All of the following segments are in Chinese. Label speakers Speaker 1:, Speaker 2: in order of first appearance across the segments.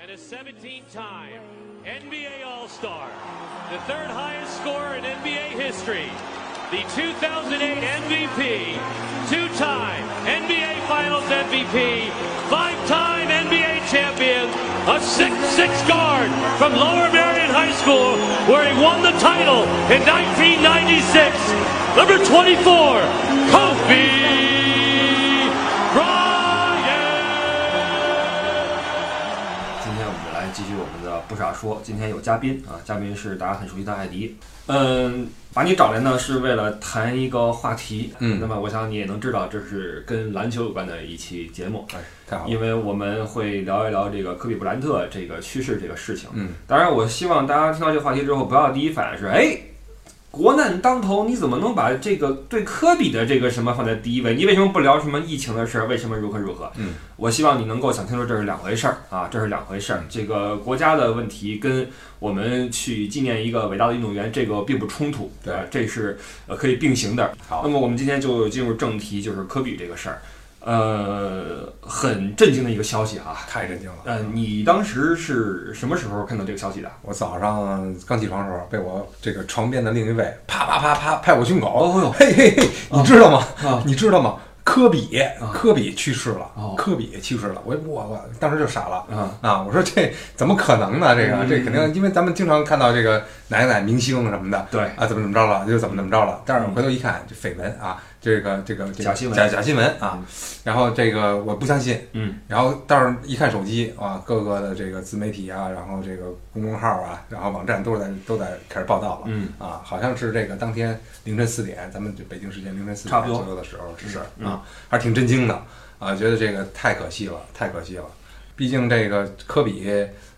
Speaker 1: and a 17-time NBA All-Star, the third highest score in NBA history, the 2008 MVP, two-time NBA Finals MVP, five-time NBA champion, a 6'6 guard from Lower Marion High School, where he won the title in 1996. Number 24, Kobe Bryant.
Speaker 2: 今天我们来继续我们的不傻说，今天有嘉宾啊，嘉宾是大家很熟悉的艾迪。嗯，把你找来呢是为了谈一个话题，
Speaker 3: 嗯
Speaker 2: 那么我想你也能知道，这是跟篮球有关的一期节目，
Speaker 3: 哎，太好了，
Speaker 2: 因为我们会聊一聊这个科比布兰特这个去世这个事情。
Speaker 3: 嗯，
Speaker 2: 当然，我希望大家听到这个话题之后，不要第一反应是哎。国难当头，你怎么能把这个对科比的这个什么放在第一位？你为什么不聊什么疫情的事儿？为什么如何如何？
Speaker 3: 嗯，
Speaker 2: 我希望你能够想清楚，这是两回事儿啊，这是两回事儿。这个国家的问题跟我们去纪念一个伟大的运动员，这个并不冲突，
Speaker 3: 对
Speaker 2: 吧？这是呃可以并行的。
Speaker 3: 好
Speaker 2: 那么我们今天就进入正题，就是科比这个事儿。呃，很震惊的一个消息啊！
Speaker 3: 太震惊了。
Speaker 2: 呃，你当时是什么时候看到这个消息的？
Speaker 3: 我早上刚起床的时候，被我这个床边的另一位啪啪啪啪拍我胸口，
Speaker 2: 哦哟
Speaker 3: 嘿嘿嘿，你知道吗？
Speaker 2: 啊
Speaker 3: 你知道吗？科比，科比去世了，
Speaker 2: 哦
Speaker 3: 科比去世了，我我我当时就傻了。
Speaker 2: 啊
Speaker 3: 啊！我说这怎么可能呢？这个
Speaker 2: 嗯
Speaker 3: 这肯定，因为咱们经常看到这个哪哪明星什么的，
Speaker 2: 对
Speaker 3: 啊，怎么怎么着了，就怎么怎么着了。但是我回头一看，这绯闻啊，这个这个这个
Speaker 2: 假新闻
Speaker 3: 假假新闻啊，然后这个我不相信，
Speaker 2: 嗯，
Speaker 3: 然后但是一看手机啊，各个的这个自媒体啊，然后这个公众号啊，然后网站都是在都在开始报道了，
Speaker 2: 嗯
Speaker 3: 啊，好像是这个当天凌晨四点，咱们这北京时间凌晨四
Speaker 2: 差
Speaker 3: 点
Speaker 2: 不多
Speaker 3: 左右的时候是事儿
Speaker 2: 嗯
Speaker 3: 啊，还是挺震惊的啊，觉得这个太可惜了，太可惜了。毕竟这个科比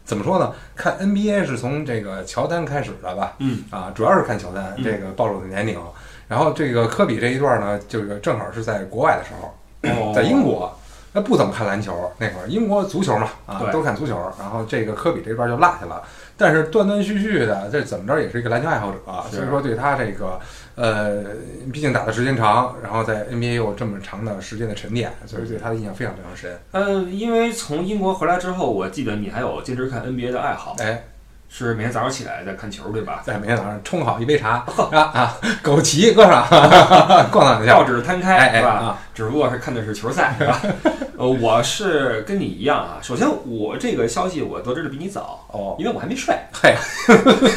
Speaker 3: 怎么说呢？看 NBA 是从这个乔丹开始的吧？
Speaker 2: 嗯，
Speaker 3: 啊，主要是看乔丹这个暴露的年龄。然后这个科比这一段呢，这个正好是在国外的时候，
Speaker 2: 哦
Speaker 3: 在英国，那不怎么看篮球，那会儿英国足球嘛，啊
Speaker 2: 对，
Speaker 3: 都看足球。然后这个科比这边就落下了，但是断断续续的，这怎么着也是一个篮球爱好者、啊，
Speaker 2: 是
Speaker 3: 所以说对他这个，呃，毕竟打的时间长，然后在 NBA 又有这么长的时间的沉淀，所以对他的印象非常非常深。
Speaker 2: 嗯，因为从英国回来之后，我记得你还有坚持看 NBA 的爱好，
Speaker 3: 哎，
Speaker 2: 是每天早上起来在看球，对吧？
Speaker 3: 在每天早上冲好一 杯茶啊啊，枸杞搁上， 逛 荡一
Speaker 2: 报
Speaker 3: 下，
Speaker 2: 纸摊
Speaker 3: 哎
Speaker 2: 开，
Speaker 3: 哎
Speaker 2: 是吧？
Speaker 3: 啊，
Speaker 2: 只不过是看的是球赛，是 吧？呃，我是跟你一样啊。首先，我这个消息我得知的比你早，
Speaker 3: 哦
Speaker 2: 因为我还没睡。
Speaker 3: 嘿，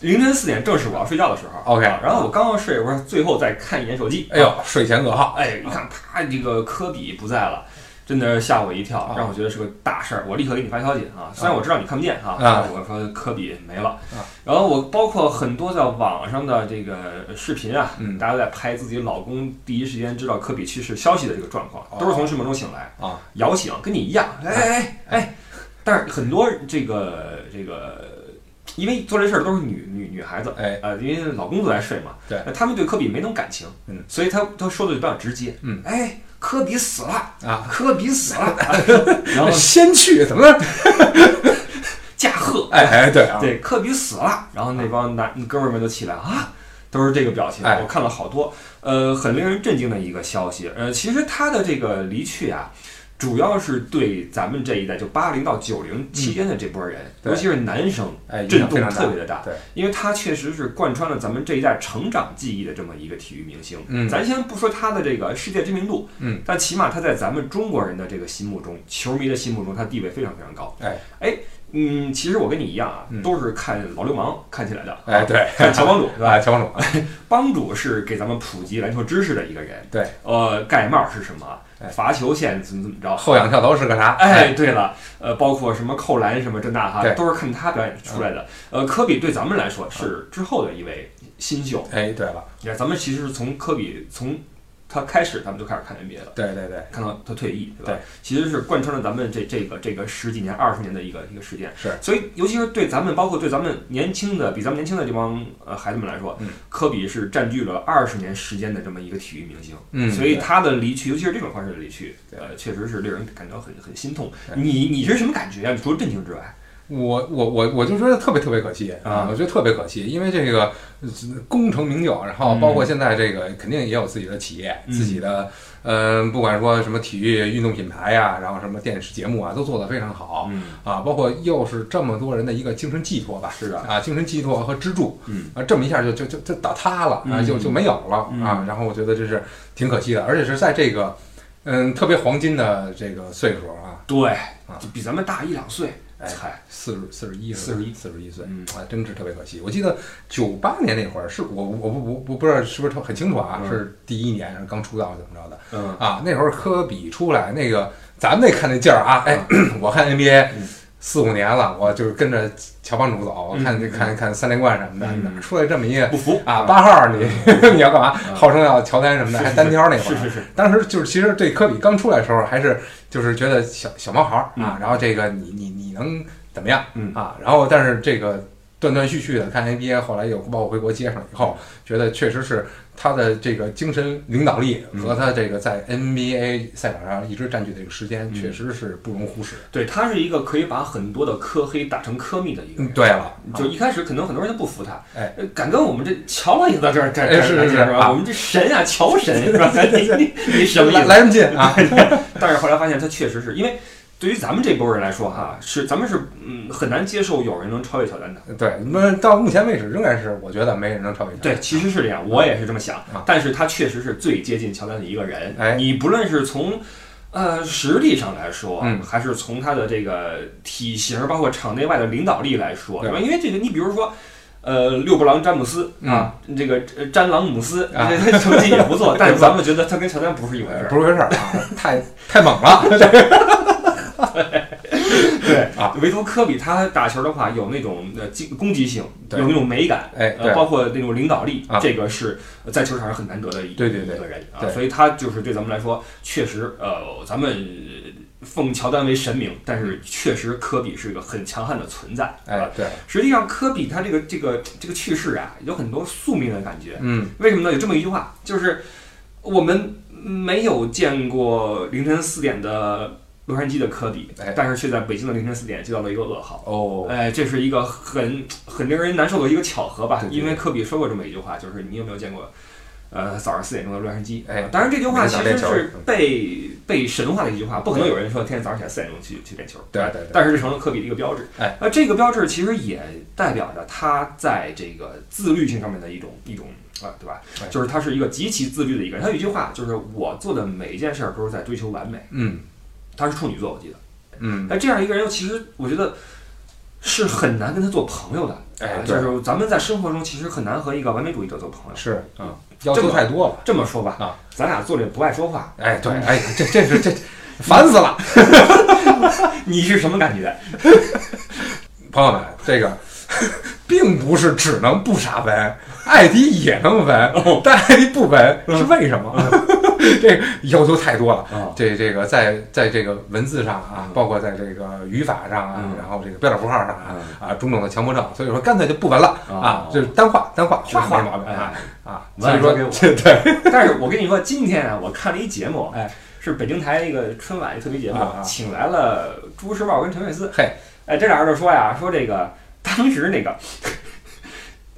Speaker 2: 凌晨四点正是我要睡觉的时候。
Speaker 3: OK
Speaker 2: 啊然后我刚刚睡，我说最后再看一眼手机。
Speaker 3: 哎呦，睡前噩耗，
Speaker 2: 哎，一看啪，这个科比不在了。真的吓我一跳
Speaker 3: 啊，
Speaker 2: 让我觉得是个大事儿。我立刻给你发消息啊，虽然我知道你看不见啊，
Speaker 3: 啊
Speaker 2: 但是我说科比没了
Speaker 3: 啊。
Speaker 2: 然后我包括很多在网上的这个视频啊，
Speaker 3: 嗯
Speaker 2: 大家都在拍自己老公第一时间知道科比去世消息的这个状况，
Speaker 3: 哦
Speaker 2: 都是从睡梦中醒来
Speaker 3: 啊，
Speaker 2: 摇醒，跟你一样，哎哎哎哎。但是很多这个这个，因为做这事儿都是女女女孩子，
Speaker 3: 哎，
Speaker 2: 呃，因为老公都在睡嘛，
Speaker 3: 对，
Speaker 2: 他们对科比没那种感情，
Speaker 3: 嗯，
Speaker 2: 所以他他说的就比较直接，
Speaker 3: 嗯，
Speaker 2: 哎，科比死了，
Speaker 3: 啊，
Speaker 2: 科比死 了，然后
Speaker 3: 先去怎么着？
Speaker 2: 驾鹤，
Speaker 3: 哎哎，对啊，
Speaker 2: 对，科比死了，然后那帮男哥们儿们就起来啊，都是这个表情，
Speaker 3: 哎
Speaker 2: 我看了好多，呃，很令人震惊的一个消息，呃，其实他的这个离去啊。主要是对咱们这一代，就八零到九零期间的这波人，
Speaker 3: 嗯对
Speaker 2: 尤其是男生，
Speaker 3: 哎，影
Speaker 2: 震
Speaker 3: 响
Speaker 2: 动
Speaker 3: 非常
Speaker 2: 特
Speaker 3: 大
Speaker 2: 别。的大，
Speaker 3: 对，
Speaker 2: 因为他确实是贯穿了咱们这一代成长记忆的这么一个体育明星。
Speaker 3: 嗯
Speaker 2: 咱先不说他的这个世界知名度，
Speaker 3: 嗯，
Speaker 2: 但起码他在咱们中国人的这个心目中，球迷的心目中，他地位非常非常高。
Speaker 3: 哎
Speaker 2: 哎，嗯，其实我跟你一样啊，
Speaker 3: 嗯
Speaker 2: 都是看老流氓看起来的，
Speaker 3: 哎，对，
Speaker 2: 看乔 帮主是吧？
Speaker 3: 哎，乔帮主，
Speaker 2: 帮主是给咱们普及篮球知识的一个人。
Speaker 3: 对，
Speaker 2: 呃，盖帽是什么
Speaker 3: 哎？
Speaker 2: 罚球线怎么怎么着？
Speaker 3: 后仰跳投是个啥？
Speaker 2: 哎，，对了，呃，包括什么扣篮什么这那哈，
Speaker 3: 对嗯
Speaker 2: 都是看他表演出来的。呃，科比对咱们来说是之后的一位新秀，
Speaker 3: 哎，对了，
Speaker 2: 你看咱们其实是从科比从他开始，咱们就开始看 NBA 了。
Speaker 3: 对对对，
Speaker 2: 看到他退役，对吧？
Speaker 3: 对
Speaker 2: 其实是贯穿了咱们这这个这个十几年、二十年的一个一个时间。
Speaker 3: 是
Speaker 2: 所以尤其是对咱们，包括对咱们年轻的、比咱们年轻的这帮呃孩子们来说，
Speaker 3: 嗯
Speaker 2: 科比是占据了二十年时间的这么一个体育明星。
Speaker 3: 嗯，
Speaker 2: 所以
Speaker 3: 对
Speaker 2: 他的离去，尤其是这种方式的离去，
Speaker 3: 对
Speaker 2: 呃，确实是令人感到很很心痛。
Speaker 3: 对
Speaker 2: 你你是什么感觉啊？你除了震惊之外，
Speaker 3: 我我我我就觉得特别特别可惜
Speaker 2: 啊
Speaker 3: 我觉得特别可惜，因为这个呃功成名就，然后包括
Speaker 2: 嗯
Speaker 3: 现在这个肯定也有自己的企业，
Speaker 2: 嗯
Speaker 3: 自己的嗯，不管说什么体育运动品牌呀、然后什么电视节目啊，都做得非常好
Speaker 2: 嗯，
Speaker 3: 啊，包括又是这么多人的一个精神寄托吧，
Speaker 2: 是的
Speaker 3: 啊，精神寄托和支柱，
Speaker 2: 嗯
Speaker 3: 啊，这么一下就就就就打塌了啊，
Speaker 2: 嗯
Speaker 3: 就就没有了
Speaker 2: 嗯
Speaker 3: 啊，然后我觉得这是挺可惜的，而且是在这个嗯特别黄金的这个岁数啊，
Speaker 2: 对，就比咱们大一两岁，哎，
Speaker 3: 四十四十一
Speaker 2: 41
Speaker 3: 四十一岁
Speaker 2: 嗯
Speaker 3: 啊，真是特别可惜。我记得九八年那会儿是我我不我不不知道是不是很清楚啊，
Speaker 2: 嗯
Speaker 3: 是第一年还是刚出道怎么着的。
Speaker 2: 嗯，
Speaker 3: 啊，那会儿科比出来，那个咱们那看那劲儿啊，哎，我看 NBA
Speaker 2: 嗯
Speaker 3: 四五年了，我就是跟着乔帮主走，我看
Speaker 2: 嗯
Speaker 3: 看看三连冠什么的，
Speaker 2: 嗯
Speaker 3: 哪出来这么一个
Speaker 2: 不服
Speaker 3: 啊八号儿你 你要干嘛？号称要乔丹什么
Speaker 2: 嗯
Speaker 3: 的，
Speaker 2: 是
Speaker 3: 还单挑那会
Speaker 2: 是
Speaker 3: 儿，
Speaker 2: 是是，
Speaker 3: 当时就是其实对科比刚出来的时候，还是就是觉得小小毛孩儿啊，然后这个你你你能怎么样？
Speaker 2: 嗯
Speaker 3: 啊，然后但是这个断断续续的看 NBA，后来又包括回国接上以后，觉得确实是他的这个精神领导力
Speaker 2: 嗯
Speaker 3: 和他这个在 NBA 赛场上一直占据的这个时间，
Speaker 2: 嗯
Speaker 3: 确实是不容忽视。
Speaker 2: 对他是一个可以把很多的科黑打成科密的一个
Speaker 3: 嗯，
Speaker 2: 人。
Speaker 3: 对了，
Speaker 2: 就一开始可能很多人就不服他，
Speaker 3: 哎
Speaker 2: 呃，敢跟我们这乔老爷子这儿这儿
Speaker 3: 哎
Speaker 2: 这儿
Speaker 3: 是
Speaker 2: 来
Speaker 3: 是
Speaker 2: 劲儿
Speaker 3: 是
Speaker 2: 吧？
Speaker 3: 啊
Speaker 2: 我们这神 啊，乔神是吧？你你你什么意
Speaker 3: 来
Speaker 2: 思？
Speaker 3: 来这么近 啊？
Speaker 2: 但是后来发现他确实是因为对于咱们这波人来说哈，是咱们是嗯很难接受有人能超越乔丹的。
Speaker 3: 对，那到目前为止仍然是我觉得没人能超越他。
Speaker 2: 对，其实是这样，我也是这么想
Speaker 3: 啊。
Speaker 2: 但是他确实是最接近乔丹的一个人。
Speaker 3: 哎
Speaker 2: 你不论是从呃实力上来说，
Speaker 3: 嗯
Speaker 2: 还是从他的这个体型，包括场内外的领导力来说，
Speaker 3: 对
Speaker 2: 对吧？因为这个，你比如说。呃，六布朗詹姆斯
Speaker 3: 嗯
Speaker 2: 啊，这个呃詹朗姆斯，
Speaker 3: 啊
Speaker 2: 这他成绩也不 错，但是咱们觉得他跟乔丹不是一回事
Speaker 3: 呃
Speaker 2: 儿。
Speaker 3: 不是回事儿 啊，太太猛了。
Speaker 2: 对
Speaker 3: 啊，
Speaker 2: 唯独科比他打球的话，有那种呃进攻击性，
Speaker 3: 对
Speaker 2: 有那种美感，
Speaker 3: 哎，
Speaker 2: 呃，
Speaker 3: 对，
Speaker 2: 包括那种领导力
Speaker 3: 啊，
Speaker 2: 这个是呃在球场上很难得的一
Speaker 3: 对对对
Speaker 2: 一个人啊，
Speaker 3: 对
Speaker 2: 所以他就是对咱们来说，确实呃，咱们奉乔丹为神明，但是确实科比是一个很强悍的存在。
Speaker 3: 哎
Speaker 2: 啊，
Speaker 3: 对，
Speaker 2: 实际上科比他这个这个这个去世啊，有很多宿命的感觉。
Speaker 3: 嗯，
Speaker 2: 为什么呢？有这么一句话，就是我们没有见过凌晨四点的洛杉矶的科比
Speaker 3: 哎，
Speaker 2: 但是却在北京的凌晨四点接到了一个噩耗。
Speaker 3: 哦，
Speaker 2: 哎，这是一个很很令人难受的一个巧合吧
Speaker 3: 对？对
Speaker 2: 因为科比说过这么一句话，就是你有没有见过，呃，早上四点钟的洛杉矶？
Speaker 3: 哎
Speaker 2: 当然这句话
Speaker 3: 没
Speaker 2: 其
Speaker 3: 想
Speaker 2: 实
Speaker 3: 练球
Speaker 2: 是
Speaker 3: 嗯
Speaker 2: 被被神话的一句话，不可能有人说天天早上起来四点钟去去练球。
Speaker 3: 对对对
Speaker 2: 但是这成了科比的一个标志。
Speaker 3: 哎，
Speaker 2: 那这个标志其实也代表着他在这个自律性上面的一种一种啊，对吧
Speaker 3: 哎？
Speaker 2: 就是他是一个极其自律的一个人。他有一句话就是我做的每一件事儿都是在追求完美。
Speaker 3: 嗯
Speaker 2: 他是处女座，我记得。
Speaker 3: 嗯，
Speaker 2: 那这样一个人，其实我觉得是很难跟他做朋友的。啊
Speaker 3: 哎，
Speaker 2: 就
Speaker 3: 对，
Speaker 2: 是咱们在生活中其实很难和一个完美主义者做朋友。
Speaker 3: 是啊，要求太多了。
Speaker 2: 这么说吧，
Speaker 3: 啊，
Speaker 2: 咱俩坐着也不爱说话，
Speaker 3: 哎，对，哎，这这是这烦死了，
Speaker 2: 你是什么感觉？
Speaker 3: 朋友们，这个并不是只能不杀文，艾迪也能文，但艾迪不文是为什么？ 这个要求太多了。
Speaker 2: 啊，
Speaker 3: 这这个在在这个文字上啊
Speaker 2: 嗯，
Speaker 3: 包括在这个语法上啊
Speaker 2: 嗯，
Speaker 3: 然后这个标点符号上啊
Speaker 2: 嗯，
Speaker 3: 啊种种的强迫症，所以说干脆就不文了啊
Speaker 2: 哦，
Speaker 3: 就是单画单画
Speaker 2: 这
Speaker 3: 画
Speaker 2: 话
Speaker 3: 没毛病啊
Speaker 2: 哎
Speaker 3: 啊，
Speaker 2: 文
Speaker 3: 所以
Speaker 2: 案
Speaker 3: 说
Speaker 2: 交给我
Speaker 3: 这 对
Speaker 2: 但是我跟你说，今天啊，我看了一节目，
Speaker 3: 哎，
Speaker 2: 是北京台一个春晚一特别节目，
Speaker 3: 啊啊
Speaker 2: 请来了朱时茂跟陈佩斯。
Speaker 3: 嘿，
Speaker 2: 哎，这俩人就说呀，说这个当时那个，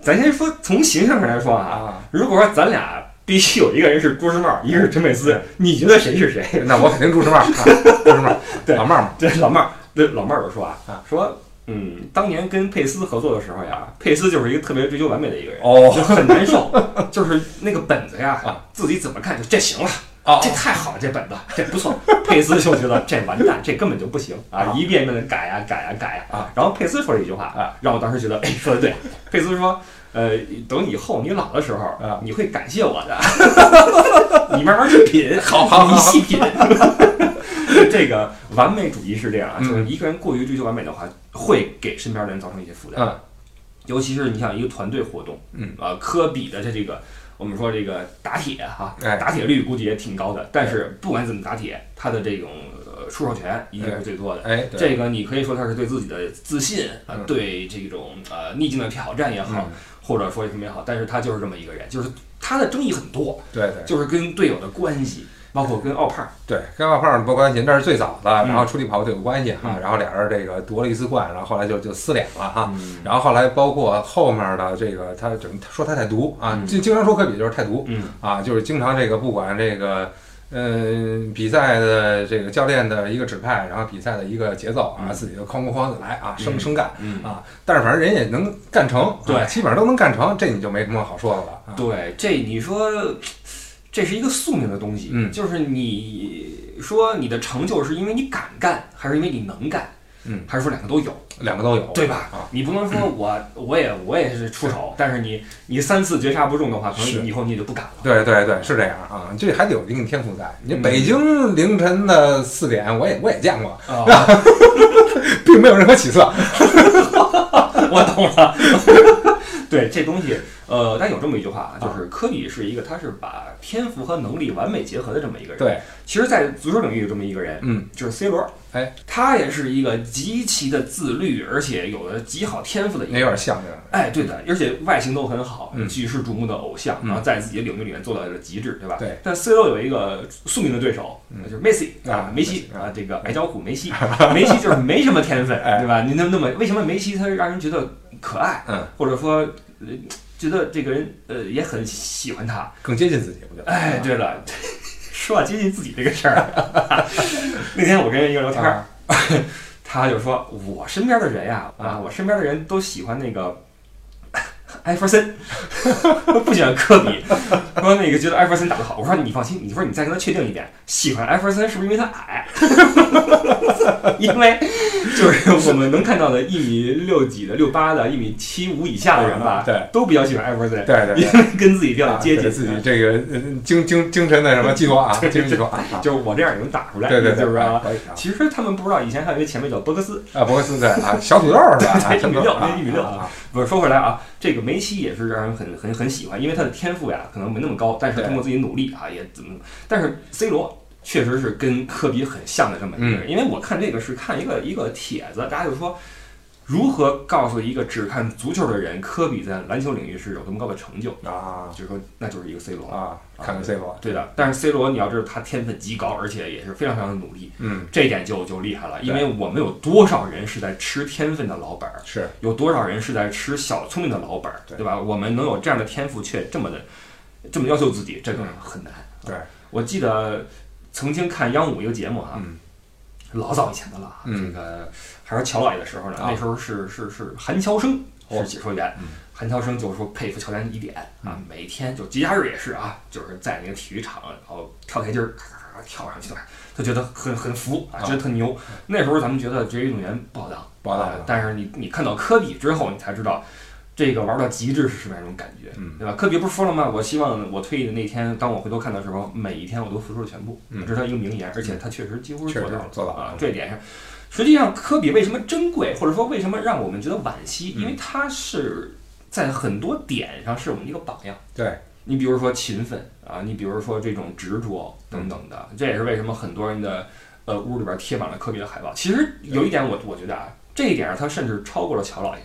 Speaker 2: 咱先说从形象上来说啊，
Speaker 3: 啊，
Speaker 2: 如果说咱俩必须有一个人是朱时茂，一个是陈佩斯，你觉得谁是谁？
Speaker 3: 那我肯定朱时茂，啊朱时茂，
Speaker 2: 对
Speaker 3: 老帽嘛，
Speaker 2: 这老妹儿，对老妹儿就说啊，
Speaker 3: 啊
Speaker 2: 说嗯，当年跟佩斯合作的时候呀，佩斯就是一个特别追求完美的一个人。
Speaker 3: 哦
Speaker 2: 就很难 受，就是那个本子呀，
Speaker 3: 啊
Speaker 2: 自己怎么看就这行了，
Speaker 3: 哦
Speaker 2: 这太好了，这本子这不 错。佩斯就觉得这完蛋，这根本就不行啊
Speaker 3: 啊，
Speaker 2: 一遍一遍的改呀改呀改呀。
Speaker 3: 啊
Speaker 2: 然后佩斯说了一句话
Speaker 3: 啊，
Speaker 2: 让我当时觉得，哎，说的对。佩斯说，呃，等以后你老的时候，
Speaker 3: 啊
Speaker 2: 你会感谢我的， 你慢慢去品，
Speaker 3: 好好好
Speaker 2: 你细品。 这个完美主义是这样啊，
Speaker 3: 嗯
Speaker 2: 就是一个人过于追求完美的话，会给身边的人造成一些负担。
Speaker 3: 嗯
Speaker 2: 尤其是你想一个团队活动，
Speaker 3: 嗯，
Speaker 2: 啊，科比的这这个我们说这个打铁哈、
Speaker 3: 哎
Speaker 2: 打铁率估计也挺高的，但是不管怎么打铁，他的这种呃出手权一定是最多的。
Speaker 3: 哎，对
Speaker 2: 这个你可以说他是对自己的自信啊，
Speaker 3: 嗯
Speaker 2: 对这种呃逆境的挑战也好，
Speaker 3: 嗯
Speaker 2: 或者说什么也好，但是他就是这么一个人，就是他的争议很多，
Speaker 3: 对对
Speaker 2: 就是跟队友的关系，包括跟奥帕尔，
Speaker 3: 对，跟奥胖不关系，那是最早的，
Speaker 2: 嗯
Speaker 3: 然后出力跑队有关系哈，
Speaker 2: 嗯
Speaker 3: 然后俩人这个夺了一次冠，然后后来就就撕脸了哈。
Speaker 2: 嗯
Speaker 3: 然后后来包括后面的这个，他整他说他太毒啊，
Speaker 2: 嗯
Speaker 3: 经经常说科比就是太毒
Speaker 2: 嗯
Speaker 3: 啊，就是经常这个不管这个嗯，比赛的这个教练的一个指派，然后比赛的一个节奏啊，
Speaker 2: 嗯
Speaker 3: 自己就哐哐哐的来啊，生
Speaker 2: 嗯
Speaker 3: 生干
Speaker 2: 嗯，
Speaker 3: 啊，但是反正人也能干成，啊
Speaker 2: 对
Speaker 3: 基本上都能干成，这你就没什么好说的了。啊
Speaker 2: 对，这你说这是一个宿命的东西，
Speaker 3: 嗯
Speaker 2: 就是你说你的成就是因为你敢干，还是因为你能干，
Speaker 3: 嗯，
Speaker 2: 还是说两个都有，
Speaker 3: 两个都有，
Speaker 2: 对吧？
Speaker 3: 啊，
Speaker 2: 你不能说我我也我也是出手，但是你你三次绝杀不中的话，可
Speaker 3: 是
Speaker 2: 能以后你就不敢了。
Speaker 3: 对对对，是这样啊，这还得有一定天赋在。你
Speaker 2: 嗯
Speaker 3: 北京凌晨的四点，我也我也见过，
Speaker 2: 啊、
Speaker 3: 并没有任何起色。
Speaker 2: 我懂了。 对这东西，呃，但有这么一句话啊，就是科比是一个，他是把天赋和能力完美结合的这么一个人。，
Speaker 3: 对，
Speaker 2: 其实，在足球领域有这么一个人，
Speaker 3: 嗯，
Speaker 2: 就是 C 罗，
Speaker 3: 哎，
Speaker 2: 他也是一个极其的自律，而且有着极好天赋的一个
Speaker 3: 也有
Speaker 2: 人。
Speaker 3: 点像这样。
Speaker 2: 哎，对的，而且外形都很好
Speaker 3: 嗯，
Speaker 2: 举世瞩目的偶像，
Speaker 3: 嗯
Speaker 2: 然后在自己的领域里面做到了极致，对吧？
Speaker 3: 对。
Speaker 2: 但 C E 罗有一个宿命的对手，
Speaker 3: 嗯
Speaker 2: 就是梅西
Speaker 3: 啊
Speaker 2: 梅西
Speaker 3: 梅西
Speaker 2: 啊，这个矮脚虎梅 西，梅西就是没什么天分，
Speaker 3: 哎
Speaker 2: 对吧？你那么那么，为什么梅西他让人觉得可爱，
Speaker 3: 嗯，
Speaker 2: 或者说呃觉得这个人呃也很喜欢他？
Speaker 3: 更接近自己，我啊觉得。
Speaker 2: 哎，对了， 说到接近自己这个事儿， 那天我跟一个聊天儿，
Speaker 3: 啊，
Speaker 2: 他就说我身边的人呀，
Speaker 3: 啊
Speaker 2: 啊，我身边的人都喜欢那个 艾弗森， 不喜欢科比。说那个觉得艾弗森打得好，我说你放心，你说你再跟他确定一遍，喜欢艾弗森是不是因为他矮？ 因为就是我们能看到的一米六几的、六八的、一米七五以下的人吧，
Speaker 3: 嗯对
Speaker 2: 都比较喜欢艾弗森，
Speaker 3: 对对
Speaker 2: 因
Speaker 3: 对。
Speaker 2: 为跟自己比较
Speaker 3: 啊
Speaker 2: 接近，嗯
Speaker 3: 对自己这个呃精精精神的什么寄托啊，
Speaker 2: 对
Speaker 3: 精神寄托啊，啊
Speaker 2: 就是我这样也能打出来，
Speaker 3: 对对对，
Speaker 2: 是不是啊？
Speaker 3: 可以啊
Speaker 2: 其实他们不知道，以前还有一个前辈叫伯克斯。
Speaker 3: 啊，伯克斯对啊，小土豆 是吧？啊
Speaker 2: 对一米六
Speaker 3: 小土豆啊
Speaker 2: 一米六
Speaker 3: 啊，
Speaker 2: 不是说回来啊，这个梅西也是让人很很很喜欢，因为他的天赋呀可能没那么高，但是
Speaker 3: 对
Speaker 2: 通过自己努力啊也怎么，但是 C 罗确实是跟科比很像的这么一个
Speaker 3: 嗯
Speaker 2: 人，因为我看这个是看一个一个帖子，大家就说。如何告诉一个只看足球的人，科比在篮球领域是有多么高的成就？
Speaker 3: 啊
Speaker 2: 就是说，那就是一个 C 罗
Speaker 3: 啊。啊，看看 C 罗，
Speaker 2: 对的，但是 C 罗你要知道，他天分极高，而且也是非常非常的努力，
Speaker 3: 嗯，
Speaker 2: 这一点就就厉害了。因
Speaker 3: 对
Speaker 2: 为我们有多少人是在吃天分的老本儿？
Speaker 3: 是
Speaker 2: 有多少人是在吃小聪明的老本儿，
Speaker 3: 对
Speaker 2: 对吧？我们能有这样的天赋，却这么的这么要求自己，这个很难。
Speaker 3: 对，
Speaker 2: 我记得曾经看央五一个节目啊，
Speaker 3: 嗯
Speaker 2: 老早以前的了啊，
Speaker 3: 嗯
Speaker 2: 这个还是乔老爷的时候呢，
Speaker 3: 啊
Speaker 2: 那时候是是是韩乔生
Speaker 3: 哦
Speaker 2: 是解说员
Speaker 3: 嗯，
Speaker 2: 韩乔生就说佩服乔丹一点啊，每天就节假日也是啊，就是在那个体育场，然后跳台阶儿，咔咔咔跳上去的，他觉得很很服啊，
Speaker 3: 啊
Speaker 2: 觉得特牛。那时候咱们觉得职业运动员不好当。
Speaker 3: 报道
Speaker 2: 呃
Speaker 3: 的，
Speaker 2: 但是你你看到科比之后，你才知道这个玩到极致是什么样一种感觉，
Speaker 3: 嗯
Speaker 2: 对吧？科比不是说了吗？我希望我退役的那天，当我回头看的时候，每一天我都付出了全部，
Speaker 3: 嗯
Speaker 2: 这是他一个名言，而且他确实几乎是
Speaker 3: 确
Speaker 2: 做
Speaker 3: 实
Speaker 2: 到了。
Speaker 3: 做到
Speaker 2: 啊
Speaker 3: 了，，嗯
Speaker 2: 这一点上，实际上科比为什么珍贵，或者说为什么让我们觉得惋惜，
Speaker 3: 嗯
Speaker 2: 因为他是在很多点上是我们一个榜样。
Speaker 3: 对，
Speaker 2: 你比如说勤奋啊，你比如说这种执着等等的，这也是为什么很多人的呃屋里边贴满了科比的海报。其实有一点我我觉得啊，这一点上他甚至超过了乔老爷，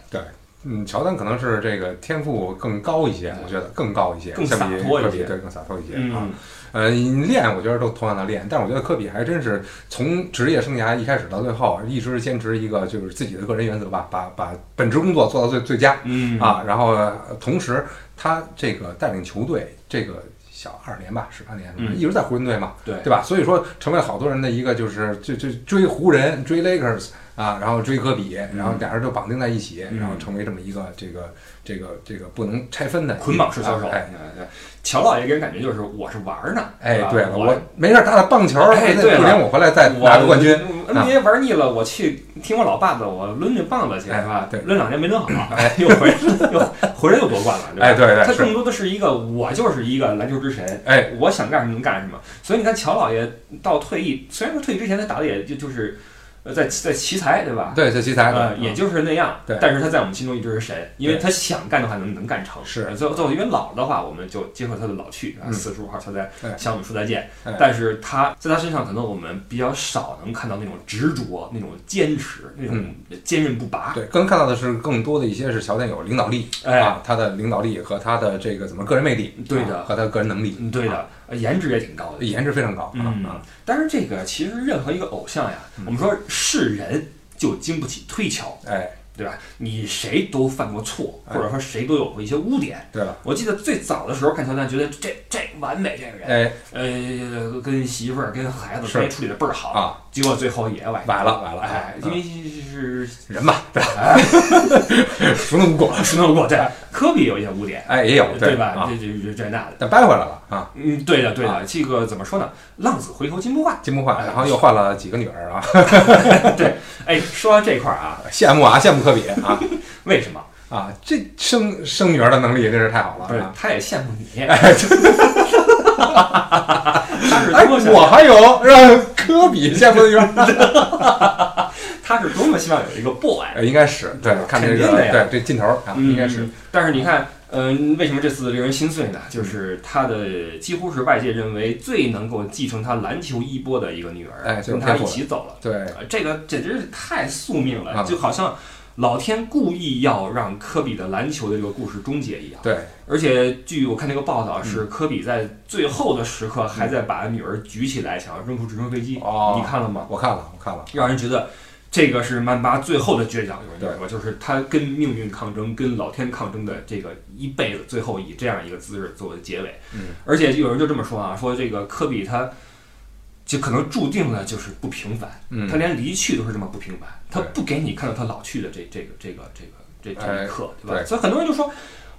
Speaker 3: 嗯，乔丹可能是这个天赋更高一些，
Speaker 2: 嗯
Speaker 3: 我觉得更高一些，
Speaker 2: 更
Speaker 3: 相比
Speaker 2: 洒脱一
Speaker 3: 科比
Speaker 2: 些
Speaker 3: 对，更洒脱一些啊
Speaker 2: 嗯。，
Speaker 3: 呃，你练我觉得都同样的练，但是我觉得科比还真是从职业生涯一开始到最后，一直坚持一个就是自己的个人原则吧，把把本职工作做到最最佳
Speaker 2: 嗯
Speaker 3: 啊。然后呃同时他这个带领球队这个小二年吧，十八年，
Speaker 2: 嗯
Speaker 3: 一直在湖人队嘛，
Speaker 2: 对
Speaker 3: 对吧？所以说成为好多人的一个就是就就追湖人、追 Lakers 啊，然后追科比，然后俩人就绑定在一起，
Speaker 2: 嗯
Speaker 3: 然后成为这么一个这个这个这个不能拆分的
Speaker 2: 捆绑式销售，
Speaker 3: 哎
Speaker 2: 对乔老爷给人感觉就是我是玩儿呢，
Speaker 3: 哎
Speaker 2: 是，吧
Speaker 3: 对了，
Speaker 2: 我
Speaker 3: 我没事儿打打棒球，
Speaker 2: 哎
Speaker 3: 回来
Speaker 2: 对了
Speaker 3: 过年我回来再
Speaker 2: 我
Speaker 3: 拿个冠军。啊
Speaker 2: 嗯 NBA 玩腻了，我去听我老爸的，我抡着棒子去，
Speaker 3: 哎
Speaker 2: 是吧？
Speaker 3: 对
Speaker 2: 抡两年没抡好， 又回又回来又夺冠了，对吧
Speaker 3: 哎，对
Speaker 2: 他
Speaker 3: 对是，
Speaker 2: 更多的是一个我就是一个篮球之神，
Speaker 3: 哎，
Speaker 2: 我想干什么能干什么。所以你看乔老爷到退役，虽然说退役之前他打的也就就是，呃，在在奇才对吧？
Speaker 3: 对这奇才
Speaker 2: 呃，也就是那样
Speaker 3: 嗯对，
Speaker 2: 但是他在我们心中一直是神，因为
Speaker 3: 对
Speaker 2: 他想干的话能能干成。呃
Speaker 3: 是
Speaker 2: 最后最后因为老的话，我们就接受他的老去啊，
Speaker 3: 嗯
Speaker 2: 四十五号乔丹
Speaker 3: 哎
Speaker 2: 向我们说再见
Speaker 3: 哎。
Speaker 2: 但是他在他身上，可能我们比较少能看到那种执着、那种坚持、那种坚韧不拔。
Speaker 3: 嗯对，更看到的是更多的一些是乔丹有领导力
Speaker 2: 哎，
Speaker 3: 啊，他的领导力和他的这个怎么个人魅力，
Speaker 2: 对
Speaker 3: 啊
Speaker 2: 的
Speaker 3: 和他的个人能力，啊
Speaker 2: 嗯对的，呃颜值也挺高的。
Speaker 3: 颜值非常高啊
Speaker 2: 嗯
Speaker 3: 啊，，嗯
Speaker 2: 但是这个其实任何一个偶像呀，我们说是人就经不起推敲，
Speaker 3: 哎，
Speaker 2: 对吧？你谁都犯过错，
Speaker 3: 哎
Speaker 2: 或者说谁都有过一些污点。
Speaker 3: 对了，
Speaker 2: 我记得最早的时候看乔丹，觉得这这完美，这个人，
Speaker 3: 哎
Speaker 2: 呃，跟媳妇儿、跟孩子
Speaker 3: 是
Speaker 2: 关系处理的倍儿好，
Speaker 3: 啊，
Speaker 2: 结果最后也崴
Speaker 3: 崴了啊崴了
Speaker 2: 哎，因为是
Speaker 3: 人吧，对
Speaker 2: 哎
Speaker 3: 吧？孰能无过？
Speaker 2: 是弄过，对，科比有一些污点，
Speaker 3: 嗯
Speaker 2: 呃
Speaker 3: 哎，也有
Speaker 2: 对吧？
Speaker 3: 啊，
Speaker 2: 这这这这那的，
Speaker 3: 但掰回来了啊，
Speaker 2: 嗯，对的，对
Speaker 3: 啊
Speaker 2: 的，这个怎么说呢？浪子回头金不换。
Speaker 3: 金不换，然后又换了几个女儿啊，
Speaker 2: 哎，说到这块儿啊，
Speaker 3: 羡慕啊，羡慕科比啊
Speaker 2: 为什么？
Speaker 3: 啊，这生生女儿的能力真是太好了
Speaker 2: 不是
Speaker 3: 啊！，
Speaker 2: 他也羡慕你，
Speaker 3: 哎，
Speaker 2: 他是
Speaker 3: 哎，
Speaker 2: 多么想
Speaker 3: 我还有让科比羡慕的 女儿，
Speaker 2: 他是多么希望有一个 boy。
Speaker 3: 哎应该是对，看这
Speaker 2: 嗯肯定
Speaker 3: 个
Speaker 2: 的呀
Speaker 3: 对这劲头儿啊，应该是
Speaker 2: 嗯。但是你看，嗯、为什么这次令人心碎呢？就是她的几乎是外界认为最能够继承她篮球衣钵的一个女儿，
Speaker 3: 哎就是
Speaker 2: 跟她
Speaker 3: 天赋
Speaker 2: 一起走了。
Speaker 3: 对
Speaker 2: 呃这个简直是太宿命了，
Speaker 3: 啊
Speaker 2: 就好像老天故意要让科比的篮球的这个故事终结一样。
Speaker 3: 对，嗯
Speaker 2: 而且据我看那个报道是，科比在最后的时刻还在把女儿举起来，想要扔出直升飞机。
Speaker 3: 哦
Speaker 2: 你看了吗？
Speaker 3: 我看了，我看了，
Speaker 2: 让人觉得这个是曼巴最后的倔强，有人
Speaker 3: 对
Speaker 2: 说吧，就是他跟命运抗争、跟老天抗争的这个一辈子，最后以这样一个姿势作为结尾。
Speaker 3: 嗯，
Speaker 2: 而且有人就这么说啊，说这个科比他就可能注定了就是不平凡，
Speaker 3: 嗯
Speaker 2: 他，连离去都是这么不平凡，他
Speaker 3: 对
Speaker 2: 不给你看到他老去的这这个这个这个这这
Speaker 3: 哎
Speaker 2: 一刻，对吧？
Speaker 3: 对
Speaker 2: 所以很多人就说。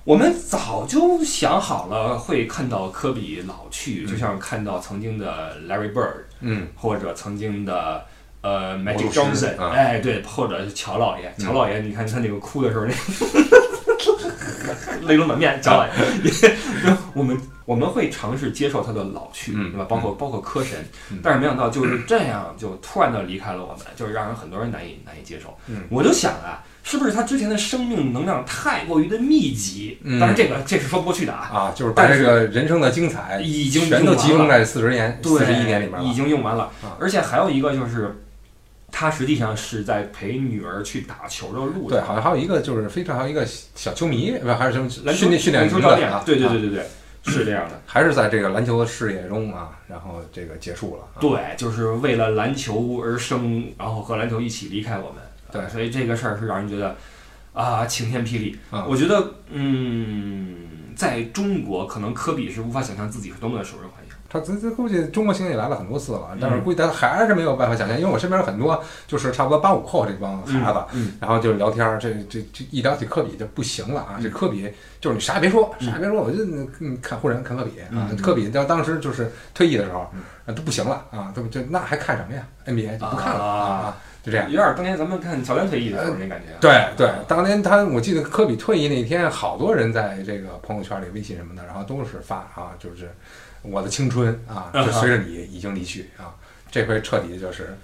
Speaker 2: 我们早就想好了会看到科比老去，就像看到曾经的 Larry Bird，
Speaker 3: 嗯，
Speaker 2: 或者曾经的呃
Speaker 3: 魔
Speaker 2: Magic
Speaker 3: 术师
Speaker 2: Johnson，、
Speaker 3: 啊
Speaker 2: 哎，对，或者是乔老爷，
Speaker 3: 嗯
Speaker 2: 乔老爷，你看他 那个 哭的时候，那泪流满面，乔老爷，
Speaker 3: 啊
Speaker 2: 我们我们会尝试接受他的老去，
Speaker 3: 嗯
Speaker 2: 对吧？包括包括科神
Speaker 3: 嗯，
Speaker 2: 但是没想到就是这样就突然的离开了我们，就是让人很多人难以难以接受
Speaker 3: 嗯。
Speaker 2: 我就想啊。是不是他之前的生命能量太过于的密集？
Speaker 3: 嗯
Speaker 2: 但是这个这是说不过去的啊，
Speaker 3: 啊，就是把这个人生的精彩
Speaker 2: 已经
Speaker 3: 全都集
Speaker 2: 用完了
Speaker 3: 中在四十年、
Speaker 2: 对，
Speaker 3: 四十一年里面
Speaker 2: 已
Speaker 3: 了。
Speaker 2: 经用完了
Speaker 3: 啊。
Speaker 2: 而且还有一个就是，他实际上是在陪女儿去打球的路
Speaker 3: 对，
Speaker 2: 上，
Speaker 3: 好像还有一个就是非常还有一个小球迷，不还是什么
Speaker 2: 篮球
Speaker 3: 训练训练
Speaker 2: 篮球
Speaker 3: 营
Speaker 2: 教
Speaker 3: 的
Speaker 2: 练
Speaker 3: 啊？
Speaker 2: 对对对
Speaker 3: 啊，
Speaker 2: 对对，是这样的。
Speaker 3: 还是在这个篮球的事业中啊，然后这个结束了啊。
Speaker 2: 对，就是为了篮球而生，然后和篮球一起离开我们。啊
Speaker 3: 对
Speaker 2: 所以这个事儿是让人觉得啊，晴天霹雳。
Speaker 3: 啊
Speaker 2: 我觉得，嗯，在中国可能科比是无法想象自己是多么的受人欢迎。
Speaker 3: 他这这估计中国青年也来了很多次了
Speaker 2: 嗯，
Speaker 3: 但是估计他还是没有办法想象，因为我身边有很多就是差不多八五后这帮孩子，
Speaker 2: 嗯
Speaker 3: 然后就是聊天儿，这这这一聊起科比就不行了啊！
Speaker 2: 嗯
Speaker 3: 这科比就是你啥也别说，
Speaker 2: 嗯
Speaker 3: 啥也别说，我就嗯看湖人看科比啊
Speaker 2: 嗯，
Speaker 3: 科比到当时就是退役的时候啊都不行了啊，都就那还看什么呀？NBA 就不看了
Speaker 2: 啊
Speaker 3: 啊，就这样
Speaker 2: 有。点儿当年咱们看乔丹退役的时候那感觉啊。
Speaker 3: 对对，当年他我记得科比退役那天，好多人在这个朋友圈里、微信什么的，然后都是发啊，就是我的青春啊，
Speaker 2: 嗯
Speaker 3: 就随着你已经离去啊，这回彻底就是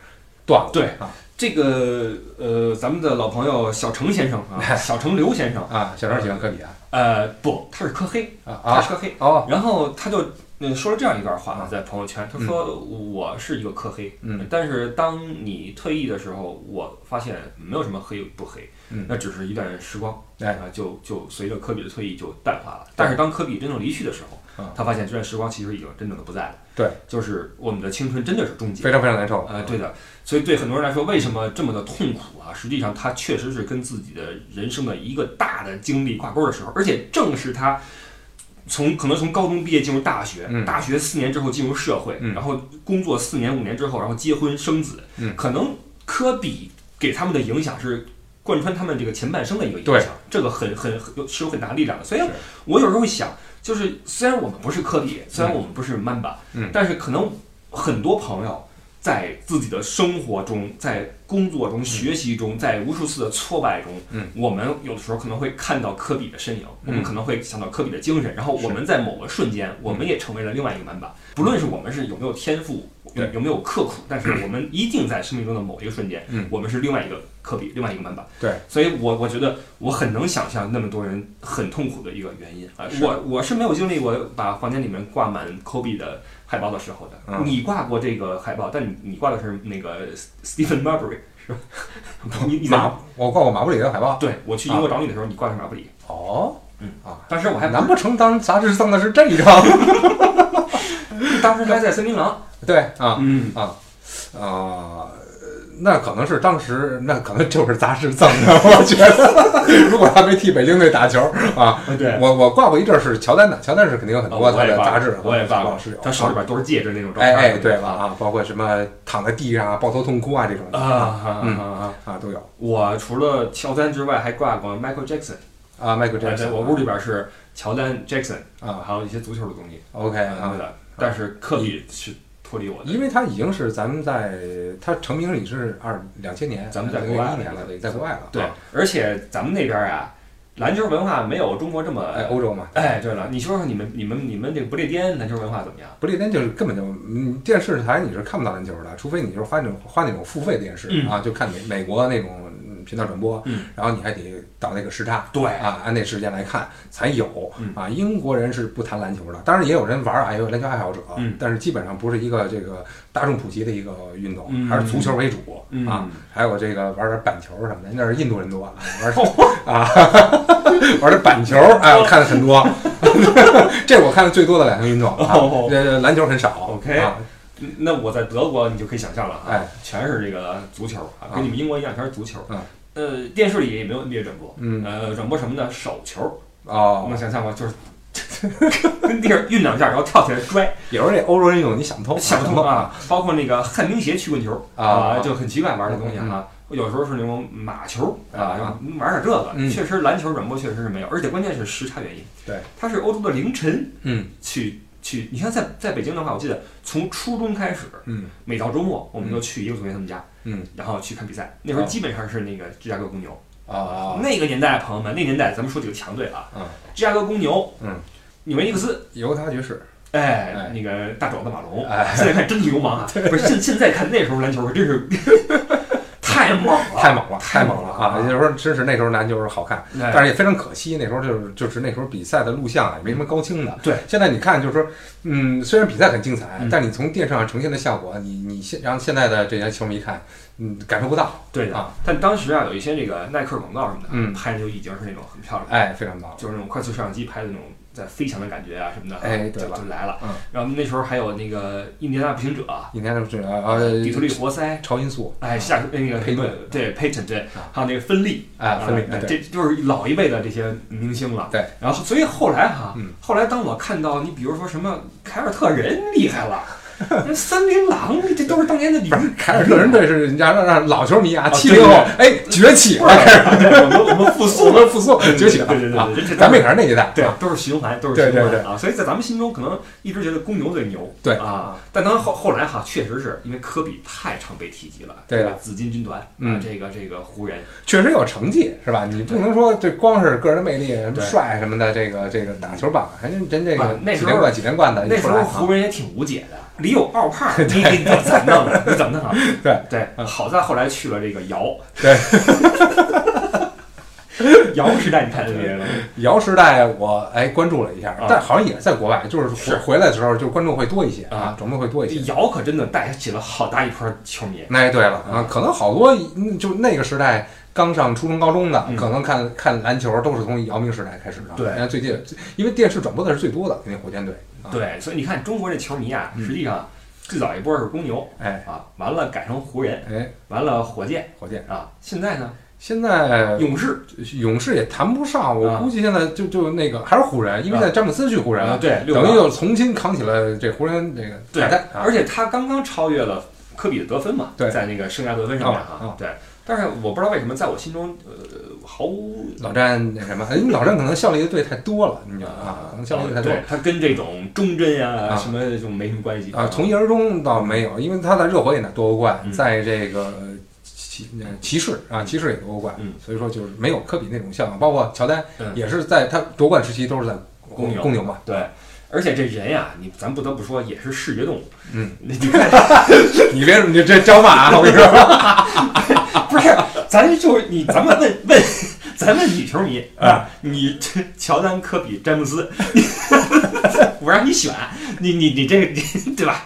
Speaker 3: 断了。
Speaker 2: 对
Speaker 3: 啊
Speaker 2: 这个呃，咱们的老朋友小程先生 啊，小程刘先生，
Speaker 3: 啊，小张喜欢科比啊
Speaker 2: 呃，不，他是科黑，
Speaker 3: 啊
Speaker 2: 他
Speaker 3: 啊
Speaker 2: 是科黑。
Speaker 3: 哦
Speaker 2: 然后他就嗯说了这样一段话啊
Speaker 3: 啊，
Speaker 2: 在朋友圈，他说我是一个科黑，呃
Speaker 3: 嗯
Speaker 2: 但是当你退役的时候，我发现没有什么黑不黑，
Speaker 3: 嗯
Speaker 2: 那只是一段时光，
Speaker 3: 哎
Speaker 2: 啊，就就随着科比的退役就淡化了。但是当科比真正离去的时候
Speaker 3: 啊，
Speaker 2: 他发现这段时光其实已经真正的不在了，
Speaker 3: 对，
Speaker 2: 就是我们的青春真的是终结
Speaker 3: 非。常非常难受。
Speaker 2: 呃，对的，所以对很多人来说，为什么这么的痛苦啊？实际上，它确实是跟自己的人生的一个大的经历挂钩的时候，而且正是他从可能从高中毕业进入大学，
Speaker 3: 嗯
Speaker 2: 大学四年之后进入社会，
Speaker 3: 嗯
Speaker 2: 然后工作四年五年之后，然后结婚生子，
Speaker 3: 嗯
Speaker 2: 可能科比给他们的影响是。贯穿他们这个前半生的一个影
Speaker 3: 对
Speaker 2: 响，这个很很很有是有很大力量的。所以
Speaker 3: 是
Speaker 2: 我有时候会想，就是虽然我们不是科比，虽然我们不是曼巴，
Speaker 3: 嗯
Speaker 2: 但是可能很多朋友在自己的生活中、在工作中、学习中，在无数次的挫败中，
Speaker 3: 嗯，
Speaker 2: 我们有的时候可能会看到科比的身影，我们
Speaker 3: 嗯
Speaker 2: 可能会想到科比的精神，然后我们在某个瞬间，我们也成为了另外一个曼巴。不论是我们是有没有天赋，有
Speaker 3: 对
Speaker 2: 有没有刻苦，但是我们一定在生命中的某一个瞬间，
Speaker 3: 嗯
Speaker 2: 我们是另外一个科比，另外一个曼巴。
Speaker 3: 对，
Speaker 2: 所以我我觉得我很能想象那么多人很痛苦的一个原因啊。
Speaker 3: 是
Speaker 2: 我我是没有经历过把房间里面挂满 Kobe 的海报的时候的。
Speaker 3: 嗯
Speaker 2: 你挂过这个海报，但你你挂的是那个 Stephen Marbury 是吧？ 你你在
Speaker 3: 马，我挂过马布里的海报。
Speaker 2: 对我去英国找你的时候，你挂的是马布里。
Speaker 3: 哦，
Speaker 2: 嗯
Speaker 3: 啊，
Speaker 2: 当时我还
Speaker 3: 难不成当时杂志送的是这一张？
Speaker 2: 当时还在森林狼。
Speaker 3: 对啊
Speaker 2: 嗯
Speaker 3: 啊啊，呃那可能是当时，那可能就是杂志赠的。我觉得， 如果他没替北京队打球啊，
Speaker 2: 啊对，啊
Speaker 3: 我我挂过一阵儿是乔丹的，乔丹是肯定有很多
Speaker 2: 我
Speaker 3: 他
Speaker 2: 也
Speaker 3: 的
Speaker 2: 挂
Speaker 3: 杂志，
Speaker 2: 我也发
Speaker 3: 老
Speaker 2: 过
Speaker 3: 是有，，
Speaker 2: 他手里边都是戒指那种照
Speaker 3: 哎
Speaker 2: 片。
Speaker 3: 哎，对了啊，包括什么躺在地上啊抱头痛哭啊这种
Speaker 2: 啊啊
Speaker 3: 的
Speaker 2: 啊
Speaker 3: 嗯
Speaker 2: 啊啊！
Speaker 3: 啊都有
Speaker 2: 我除了乔丹之外，还挂过 Michael Jackson。哎
Speaker 3: 啊，Michael
Speaker 2: 对，
Speaker 3: Jackson，
Speaker 2: 我屋里边是乔丹、Jackson
Speaker 3: 啊
Speaker 2: 还有一些足球的东西。
Speaker 3: ，OK
Speaker 2: 嗯对
Speaker 3: 啊，
Speaker 2: 的，但是科比是脱离我的。
Speaker 3: 因为他已经是咱们在他成名已经是二两千年，
Speaker 2: 咱们在国外
Speaker 3: 一年了，对，在国外了，
Speaker 2: 对
Speaker 3: 啊，
Speaker 2: 而且咱们那边啊，篮球文化没有中国这么
Speaker 3: 哎，欧洲嘛，
Speaker 2: 哎，对了，你说说你们、你们、你们这个不列颠篮球文化怎么样？
Speaker 3: 不列颠就是根本就，嗯，电视台你是看不到篮球的，除非你就是花那种花那种付费电视、
Speaker 2: 嗯
Speaker 3: 啊，就看美美国那种嗯频道转播，
Speaker 2: 嗯
Speaker 3: 然后你还得倒那个时差，
Speaker 2: 对
Speaker 3: 啊，按那时间来看才有、
Speaker 2: 嗯
Speaker 3: 啊。英国人是不谈篮球的，当然也有人玩啊，也有篮球爱好者，
Speaker 2: 嗯
Speaker 3: 但是基本上不是一个这个大众普及的一个运动，
Speaker 2: 嗯
Speaker 3: 还是足球为主、
Speaker 2: 嗯
Speaker 3: 啊。还有这个玩点板球什么的，那是印度人多啊，玩啊， 玩点板球，哎，我看的很多， 这我看的最多的两项运动啊
Speaker 2: 哦，
Speaker 3: 呃，篮球很少。
Speaker 2: OK
Speaker 3: 啊
Speaker 2: 嗯那我在德国，你就可以想象了啊，
Speaker 3: 哎
Speaker 2: 全是这个足球啊，
Speaker 3: 啊
Speaker 2: 跟你们英国一样，全是足球。
Speaker 3: 嗯
Speaker 2: 呃，电视里也没有 NBA 转播，
Speaker 3: 嗯
Speaker 2: 呃，转播什么呢？手球，
Speaker 3: 哦
Speaker 2: 能，想象吗？就是跟地上运两下，然后跳起来摔，
Speaker 3: 有时候这欧洲人有你想不通，
Speaker 2: 想不通啊！包括那个旱冰鞋、曲棍球
Speaker 3: 啊嗯
Speaker 2: 就很奇怪玩的东西啊。有时候是那种马球啊，
Speaker 3: 啊
Speaker 2: 然后玩点这个，
Speaker 3: 嗯
Speaker 2: 确实篮球转播确实是没有，而且关键是时差原因。
Speaker 3: 对，
Speaker 2: 它是欧洲的凌晨
Speaker 3: 嗯
Speaker 2: 去去，你看在在北京的话，我记得从初中开始，
Speaker 3: 嗯
Speaker 2: 每到周末我们就去一个同学他们家，
Speaker 3: 嗯
Speaker 2: 然后去看比赛。那时候
Speaker 3: 哦
Speaker 2: 基本上是那个芝加哥公牛，
Speaker 3: 啊，
Speaker 2: 那个年代，朋友们，那年代咱们说几个强队啊，
Speaker 3: 嗯
Speaker 2: 芝加哥公牛，
Speaker 3: 嗯，
Speaker 2: 纽约尼克斯，
Speaker 3: 犹他爵士，
Speaker 2: 哎
Speaker 3: 哎，
Speaker 2: 那个大爪子马龙，
Speaker 3: 哎
Speaker 2: 现在看真流氓 啊，不是现现在看那时候篮球还真是 太猛了，
Speaker 3: 太猛了，太猛了
Speaker 2: 太
Speaker 3: 啊！
Speaker 2: 猛了
Speaker 3: 也就是说，真是那时候篮球是好看，
Speaker 2: 哎
Speaker 3: 但是也非常可惜，那时候就是就是那时候比赛的录像啊，也没什么高清的。
Speaker 2: 对，
Speaker 3: 现在你看，就是说，嗯，虽然比赛很精彩
Speaker 2: 嗯，
Speaker 3: 但你从电视上呈现的效果，你你现让现在的这些球迷看，嗯，感受不到。
Speaker 2: 对的
Speaker 3: 啊。
Speaker 2: 但当时啊，有一些这个耐克广告什么的，
Speaker 3: 嗯
Speaker 2: 拍的就已经是那种很漂亮的。
Speaker 3: 哎，非常棒。
Speaker 2: 就是那种快速摄像机拍的那种在飞翔的感觉啊什么的，
Speaker 3: 哎
Speaker 2: 就
Speaker 3: 对了
Speaker 2: 就来了。
Speaker 3: 嗯
Speaker 2: 然后那时候还有那个印第安纳步行者啊，
Speaker 3: 应该就是呃，
Speaker 2: 底特律活塞，
Speaker 3: 超音速，
Speaker 2: 哎，下那个
Speaker 3: 佩顿
Speaker 2: 对佩顿对
Speaker 3: 啊，
Speaker 2: 还有那个芬利
Speaker 3: 啊，分
Speaker 2: 哎
Speaker 3: 离，
Speaker 2: 这就是老一辈的这些明星了。
Speaker 3: 对，
Speaker 2: 然后所以后来哈
Speaker 3: 嗯，
Speaker 2: 后来当我看到你比如说什么凯尔特人厉害了，那森林狼这都是当年的女
Speaker 3: 不是凯尔特人队是人家让让老球迷啊，
Speaker 2: 啊
Speaker 3: 七
Speaker 2: 对
Speaker 3: 零
Speaker 2: 对
Speaker 3: 后哎崛起
Speaker 2: 不
Speaker 3: 了
Speaker 2: 是，
Speaker 3: 开始
Speaker 2: 我们我们复
Speaker 3: 我
Speaker 2: 苏了，
Speaker 3: 们复苏崛起了
Speaker 2: 对对对
Speaker 3: 啊
Speaker 2: 对对这，
Speaker 3: 咱们也是那一代，
Speaker 2: 对
Speaker 3: 啊，
Speaker 2: 都是循环，都是
Speaker 3: 对
Speaker 2: 循环
Speaker 3: 对
Speaker 2: 啊！所以在咱们心中，可能一直觉得公牛最牛，
Speaker 3: 对
Speaker 2: 啊。但当然后后来哈，确实是因为科比太常被提及了，
Speaker 3: 对
Speaker 2: 这
Speaker 3: 的
Speaker 2: 个紫金军团，
Speaker 3: 嗯
Speaker 2: 啊，这个这个湖人，
Speaker 3: 确实有成绩是吧？你不能说这光是个人的魅力，什么
Speaker 2: 对
Speaker 3: 帅什么的，这个这个打球棒，还真真这
Speaker 2: 啊
Speaker 3: 个
Speaker 2: 那
Speaker 3: 几
Speaker 2: 时候
Speaker 3: 连冠几连冠的一
Speaker 2: 那时
Speaker 3: 出来
Speaker 2: 候
Speaker 3: 啊，
Speaker 2: 湖人也挺无解的，里有奥 帕，你你你怎么弄啊？你怎么弄啊？
Speaker 3: 对
Speaker 2: 对，
Speaker 3: 嗯
Speaker 2: 好在后来去了这个姚，
Speaker 3: 对，
Speaker 2: 姚时代你看 NBA 了吗？
Speaker 3: 姚时代我哎关注了一下
Speaker 2: 啊，
Speaker 3: 但好像也是在国外，就是
Speaker 2: 是
Speaker 3: 回回来的时候就观众会多一些
Speaker 2: 啊
Speaker 3: 啊，转播会多一
Speaker 2: 这
Speaker 3: 些。
Speaker 2: 姚可真的带起了好大一波球迷，
Speaker 3: 那对了啊，可能好多嗯就那个时代刚上初中、高中的，
Speaker 2: 嗯
Speaker 3: 可能看看篮球都是从姚明时代开始的。
Speaker 2: 对
Speaker 3: 人家最近因为电视转播的是最多的，肯定火箭队。啊，
Speaker 2: 对，所以你看中国这球迷啊，
Speaker 3: 嗯
Speaker 2: 实际上最早一波是公牛
Speaker 3: 哎
Speaker 2: 啊，完了改成湖人。
Speaker 3: 哎，
Speaker 2: 完了火箭
Speaker 3: 火箭
Speaker 2: 啊，现在呢
Speaker 3: 现在
Speaker 2: 勇士
Speaker 3: 勇士也谈不上，我
Speaker 2: 啊
Speaker 3: 估计现在就就那个还是湖人，因为在詹姆斯去湖人，
Speaker 2: 啊对六
Speaker 3: 等于
Speaker 2: 个
Speaker 3: 又重新扛起了这湖人这个
Speaker 2: 对
Speaker 3: 大单，啊
Speaker 2: 而且他刚刚超越了科比的得分嘛，
Speaker 3: 对
Speaker 2: 在那个生涯得分上面啊，
Speaker 3: 啊啊
Speaker 2: 对。但是我不知道为什么在我心中呃毫无
Speaker 3: 老詹那什么，哎老詹可能效力的队太多了，你知道吗啊，可能效力的队太多
Speaker 2: 对
Speaker 3: 了。
Speaker 2: 他跟这种忠贞啊
Speaker 3: 啊
Speaker 2: 什么这种没什么关系
Speaker 3: 啊，从一而终倒没有，因为他在热火也拿夺过冠，
Speaker 2: 嗯
Speaker 3: 在这个呃骑呃骑士啊，骑士也夺过冠，
Speaker 2: 嗯
Speaker 3: 所以说就是没有科比那种效应，包括乔丹
Speaker 2: 嗯
Speaker 3: 也是在他夺冠时期都是在
Speaker 2: 公牛
Speaker 3: 公牛嘛，
Speaker 2: 对。而且这人呀，你咱不得不说也是视觉动物。
Speaker 3: 嗯，
Speaker 2: 你你看，
Speaker 3: 你别你这招骂啊，我跟 你说，
Speaker 2: 不是，咱就是你，咱们问问，咱问女球迷
Speaker 3: 嗯
Speaker 2: 啊，你这乔丹、科比、詹姆斯， 我让你选，你你你这你对吧？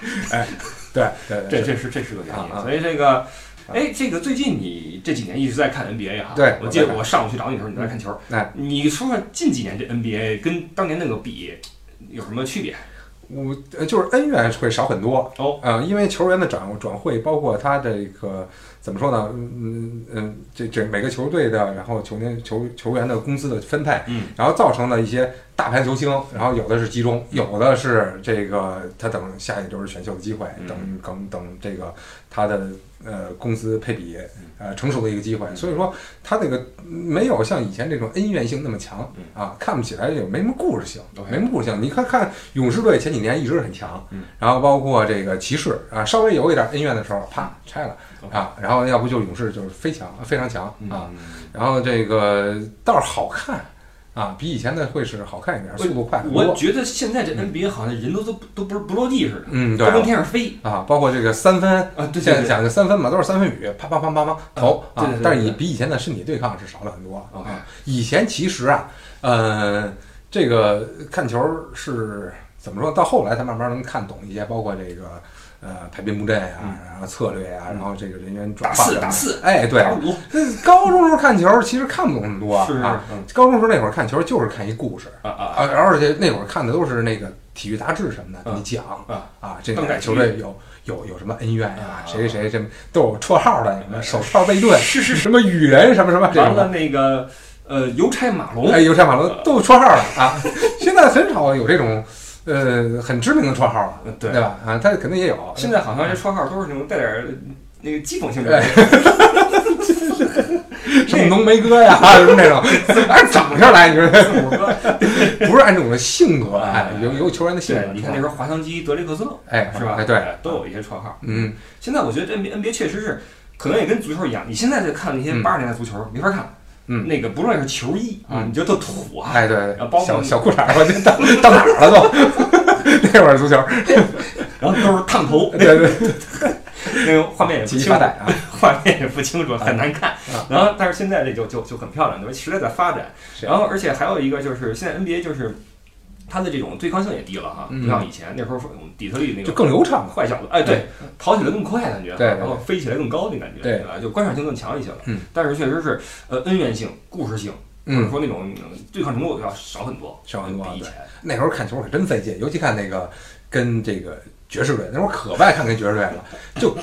Speaker 3: 对对
Speaker 2: 这
Speaker 3: 对
Speaker 2: 这是这是个原因，
Speaker 3: 啊啊
Speaker 2: 所以这个，哎，这个最近你这几年一直在看 NBA 哈，
Speaker 3: 对
Speaker 2: 我记得
Speaker 3: 我在看
Speaker 2: 我上午去找你的时候你在看球，
Speaker 3: 哎，
Speaker 2: 你说说近几年这 NBA 跟当年那个比有什么区别？
Speaker 3: 我呃就是恩怨会少很多
Speaker 2: 哦
Speaker 3: 啊、呃因为球员的转转会，包括他这个怎么说呢？嗯嗯嗯，这这每个球队的，然后球员球球员的工资的分配，
Speaker 2: 嗯，
Speaker 3: 然后造成了一些大牌球星，然后有的是集中，有的是这个他等下一周是选秀的机会，
Speaker 2: 嗯
Speaker 3: 等等等这个他的呃工资配比
Speaker 2: 嗯
Speaker 3: 呃成熟的一个机会，所以说他那个没有像以前这种恩怨性那么强
Speaker 2: 嗯
Speaker 3: 啊，看不起来也没什么故事性，
Speaker 2: OK
Speaker 3: 没什么故事性。你看看勇士队前几年一直很强
Speaker 2: 嗯，
Speaker 3: 然后包括这个骑士啊，稍微有一点恩怨的时候，啪拆了
Speaker 2: 嗯 OK
Speaker 3: 啊，然后要不就勇士就是非常非常强啊，
Speaker 2: 嗯
Speaker 3: 然后这个倒是好看啊，比以前的会是好看一点，速度快很
Speaker 2: 我
Speaker 3: 多。
Speaker 2: 觉得现在这 NBA 好像人都都不都不是不落地似的，
Speaker 3: 嗯，对
Speaker 2: 都
Speaker 3: 啊
Speaker 2: 跟天上飞
Speaker 3: 啊，包括这个三分。
Speaker 2: 啊！对对
Speaker 3: 现在
Speaker 2: 对，
Speaker 3: 讲究三分嘛，都是三分雨，啪啪啪啪啪投
Speaker 2: 对
Speaker 3: 啊
Speaker 2: 对对。
Speaker 3: 但是
Speaker 2: 对
Speaker 3: 你比以前的身体对抗是少了很多啊
Speaker 2: OK。
Speaker 3: 以前其实啊，呃，这个看球是怎么说？到后来才慢慢能看懂一些，包括这个呃排兵布阵呀、
Speaker 2: 嗯
Speaker 3: 然后策略呀、
Speaker 2: 嗯
Speaker 3: 然后这个人员转
Speaker 2: 打
Speaker 3: 换
Speaker 2: 四
Speaker 3: 呀
Speaker 2: 打四，
Speaker 3: 哎，对
Speaker 2: 打
Speaker 3: 啊，
Speaker 2: 五，
Speaker 3: 高中时候看球其实看不懂很多啊
Speaker 2: 是是
Speaker 3: 啊。
Speaker 2: 嗯
Speaker 3: 高中时候那会儿看球就是看一故事，
Speaker 2: 啊啊，
Speaker 3: 啊，而且那会儿看的都是那个体育杂志什么的，
Speaker 2: 嗯
Speaker 3: 给你讲
Speaker 2: 啊
Speaker 3: 这
Speaker 2: 更改
Speaker 3: 个球队有有有什么恩怨
Speaker 2: 啊
Speaker 3: 呀、谁谁谁都有绰号的，什么手套背盾，
Speaker 2: 是是
Speaker 3: 什么雨人什么什么这
Speaker 2: 完
Speaker 3: 种
Speaker 2: 了
Speaker 3: 的。
Speaker 2: 那个呃邮差马龙
Speaker 3: 哎，，邮差马龙都有绰号了啊！ 现在很少有这种呃很知名的绰号了，
Speaker 2: 嗯对
Speaker 3: 对吧？啊，他肯定也有。
Speaker 2: 现在好像这绰号都是那种带点儿那个讥讽性质
Speaker 3: 哎什么浓眉 哥呀，什么这种，哎，怎么上来？你说
Speaker 2: 字母 哥。
Speaker 3: 不是按这种性格，哎
Speaker 2: 哎，
Speaker 3: 有有球员的性格
Speaker 2: 对，，你看那时候滑翔机德雷克斯勒
Speaker 3: 哎，
Speaker 2: 是吧？
Speaker 3: 哎，对，
Speaker 2: 都有一些绰号。
Speaker 3: 嗯，
Speaker 2: 现在我觉得 NBA NBA 确实是，可能也跟足球一样，你现在在看那些
Speaker 3: 嗯
Speaker 2: 八十年代足球没法看，
Speaker 3: 嗯
Speaker 2: 那个不论是球衣啊，
Speaker 3: 嗯
Speaker 2: 你觉得特土啊，
Speaker 3: 哎，对
Speaker 2: 啊包，括
Speaker 3: 小小裤衩儿，我这到到哪儿了都？ 那会儿足球，
Speaker 2: 然后都是烫头，
Speaker 3: 对对，
Speaker 2: 那个画面也不清
Speaker 3: 急急
Speaker 2: 楚
Speaker 3: 发，呆啊！
Speaker 2: 画面也不清楚，很难看
Speaker 3: 啊。
Speaker 2: 然后，但是现在这就就就很漂亮，对吧？时代在发展。
Speaker 3: 是
Speaker 2: 然后，而且还有一个就是现在 NBA 就是它的这种对抗性也低了哈，
Speaker 3: 嗯
Speaker 2: 不像以前那时候我们底特律那
Speaker 3: 就
Speaker 2: 个
Speaker 3: 更流畅了。
Speaker 2: 坏小子，哎，对，跑起来更快感觉，
Speaker 3: 对对对
Speaker 2: 然后飞起来更高的感觉，
Speaker 3: 对
Speaker 2: 吧？就观赏性更强一些了。
Speaker 3: 嗯，
Speaker 2: 但是确实是，呃，恩怨性、故事性，或者
Speaker 3: 嗯，
Speaker 2: 说那种嗯对抗程度要少很多，
Speaker 3: 少很多
Speaker 2: 比以
Speaker 3: 对
Speaker 2: 前。
Speaker 3: 那时候看球可真费劲，尤其看那个跟这个爵士队，那会儿可不爱看跟爵士队了，就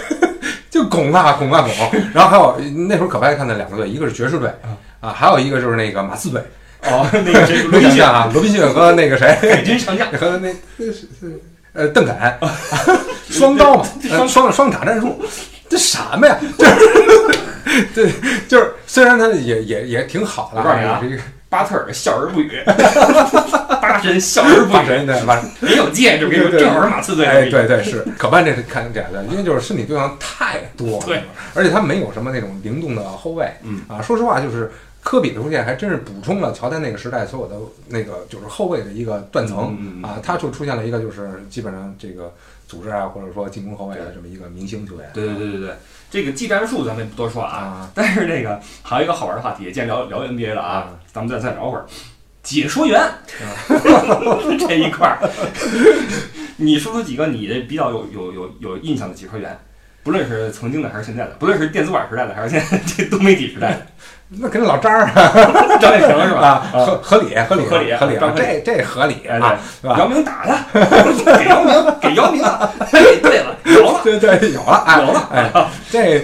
Speaker 3: 就拱啊拱啊拱。然后还有那时候可不爱看的两个队，一个是爵士队
Speaker 2: 啊
Speaker 3: 啊，还有一个就是那个马刺队。
Speaker 2: 哦，那个 谁，
Speaker 3: 你
Speaker 2: 罗
Speaker 3: 想
Speaker 2: 宾逊
Speaker 3: 想啊，罗宾逊和那个谁，
Speaker 2: 海军上将，
Speaker 3: 和那那是是呃邓肯， 双刀嘛， 呃双双塔战术，这什么呀？ 就是，对，就是虽然他也也也挺好的
Speaker 2: 我告诉你啊
Speaker 3: 啊，也是一个
Speaker 2: 巴特尔笑而不 语，八神笑而不
Speaker 3: 大
Speaker 2: 语，
Speaker 3: 神对吧？
Speaker 2: 没有戒指，我跟你说，
Speaker 3: 对对
Speaker 2: 正好是马刺队
Speaker 3: 哎，
Speaker 2: 的。
Speaker 3: 对对是，可办这是看这样的，因为就是身体对抗太多了，
Speaker 2: 对，
Speaker 3: 而且他没有什么那种灵动的后卫，
Speaker 2: 嗯
Speaker 3: 啊，说实话就是。科比的出现还真是补充了乔丹那个时代所有的那个就是后卫的一个断层
Speaker 2: 嗯嗯嗯
Speaker 3: 啊，他就出现了一个就是基本上这个组织啊或者说进攻后卫的这么一个明星球员。
Speaker 2: 对对对对对，这个技战术咱们不多说啊，
Speaker 3: 啊，
Speaker 2: 但是这个还有一个好玩的话题，既然聊聊 NBA 了啊，
Speaker 3: 嗯
Speaker 2: 咱们再再聊会儿解说员
Speaker 3: 嗯
Speaker 2: 这一块儿，你说出几个你的比较有有有有印象的解说员，不论是曾经的还是现在的，不论是电子版时代的还是现在这多媒体时代的，
Speaker 3: 那肯定老张儿啊，
Speaker 2: 张卫平是吧？
Speaker 3: 合合理合理
Speaker 2: 合理
Speaker 3: 合理
Speaker 2: 张
Speaker 3: 啊，
Speaker 2: 合
Speaker 3: 这这合理
Speaker 2: 哎
Speaker 3: 啊，是
Speaker 2: 姚
Speaker 3: 吧？
Speaker 2: 明打的，给姚明给姚明了，对对了，姚了，
Speaker 3: 哦对对，有了啊，
Speaker 2: 有了
Speaker 3: 哎，这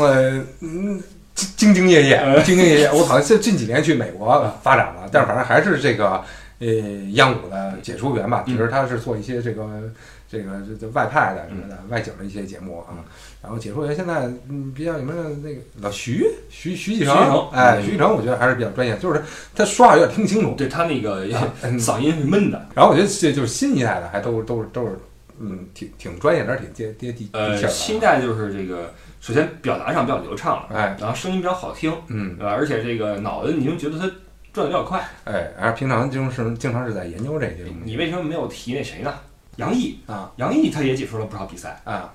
Speaker 3: 呃嗯。兢兢业业，
Speaker 2: 哎
Speaker 3: 兢兢业业。我好像近近几年去美国发展了，但是反正还是这个呃央五的解说员吧，
Speaker 2: 嗯
Speaker 3: 只是他是做一些这个这个这这外派的什么的外景的一些节目啊
Speaker 2: 嗯。
Speaker 3: 然后解说员现在嗯比较有没有那个老徐徐徐
Speaker 2: 徐
Speaker 3: 继
Speaker 2: 继成
Speaker 3: 成，哎，
Speaker 2: 嗯
Speaker 3: 徐继成我觉得还是比较专业，就是他说话有点听不清楚，
Speaker 2: 对他那个
Speaker 3: 嗯
Speaker 2: 嗓音是闷的。
Speaker 3: 然后我觉得这就是新一代的，还都是都是都是，嗯，挺挺专业的，而且挺接接地地气儿
Speaker 2: 呃，
Speaker 3: 的。啊
Speaker 2: 新一代就是这个，首先表达上比较流畅了，
Speaker 3: 哎，
Speaker 2: 然后声音比较好听，
Speaker 3: 嗯，
Speaker 2: 对吧？而且这个脑子你就觉得他转的比较快。
Speaker 3: 哎，而平常就是经常是在研究这些东西
Speaker 2: 你为什么没有提那谁呢？杨毅，
Speaker 3: 啊
Speaker 2: 杨毅他也解说了不少比赛，
Speaker 3: 啊。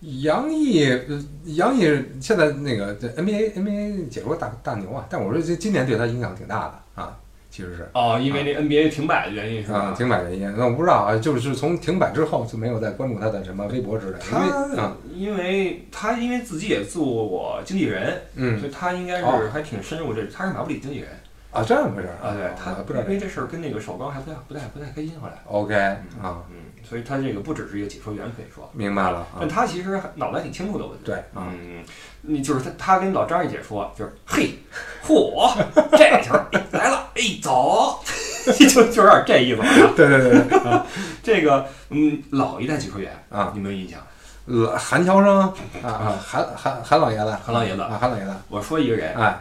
Speaker 3: 杨毅，呃杨毅现在那个这 NBA NBA 解说大大牛啊，但我说这今年对他影响挺大的啊，其实是
Speaker 2: 哦，因为那 NBA 停摆的原因是
Speaker 3: 啊
Speaker 2: 吧？
Speaker 3: 停摆的原因，那我不知道啊，就是从停摆之后就没有再关注他的什么微博之类的，因为
Speaker 2: 他
Speaker 3: 啊
Speaker 2: 因为他因为自己也做过经纪人，
Speaker 3: 嗯
Speaker 2: 所以他应该是
Speaker 3: 哦
Speaker 2: 还挺深入这，他是马布里经纪人
Speaker 3: 啊这样回事儿
Speaker 2: 啊，对
Speaker 3: 我
Speaker 2: 他
Speaker 3: 还不知道
Speaker 2: 因
Speaker 3: 这
Speaker 2: 为这事儿跟那个首钢还不太不太不太开心，后来，
Speaker 3: OK 啊，
Speaker 2: 嗯，所以他这个不只是一个解说员，可以说，
Speaker 3: 明白了啊
Speaker 2: 但，他其实脑袋挺清楚的，我觉得。
Speaker 3: 对啊，
Speaker 2: 嗯，你就是他，他跟老张一解说，就是嘿，嚯，这球哎来了，哎，走， 就就有点这意思啊。
Speaker 3: 对对对对啊
Speaker 2: 这个，嗯，老一代解说员
Speaker 3: 啊，
Speaker 2: 你有没有印象？
Speaker 3: 呃韩乔生啊啊，韩韩韩老爷子，
Speaker 2: 韩老爷子
Speaker 3: 啊，韩老爷子，
Speaker 2: 我说一个人，
Speaker 3: 哎，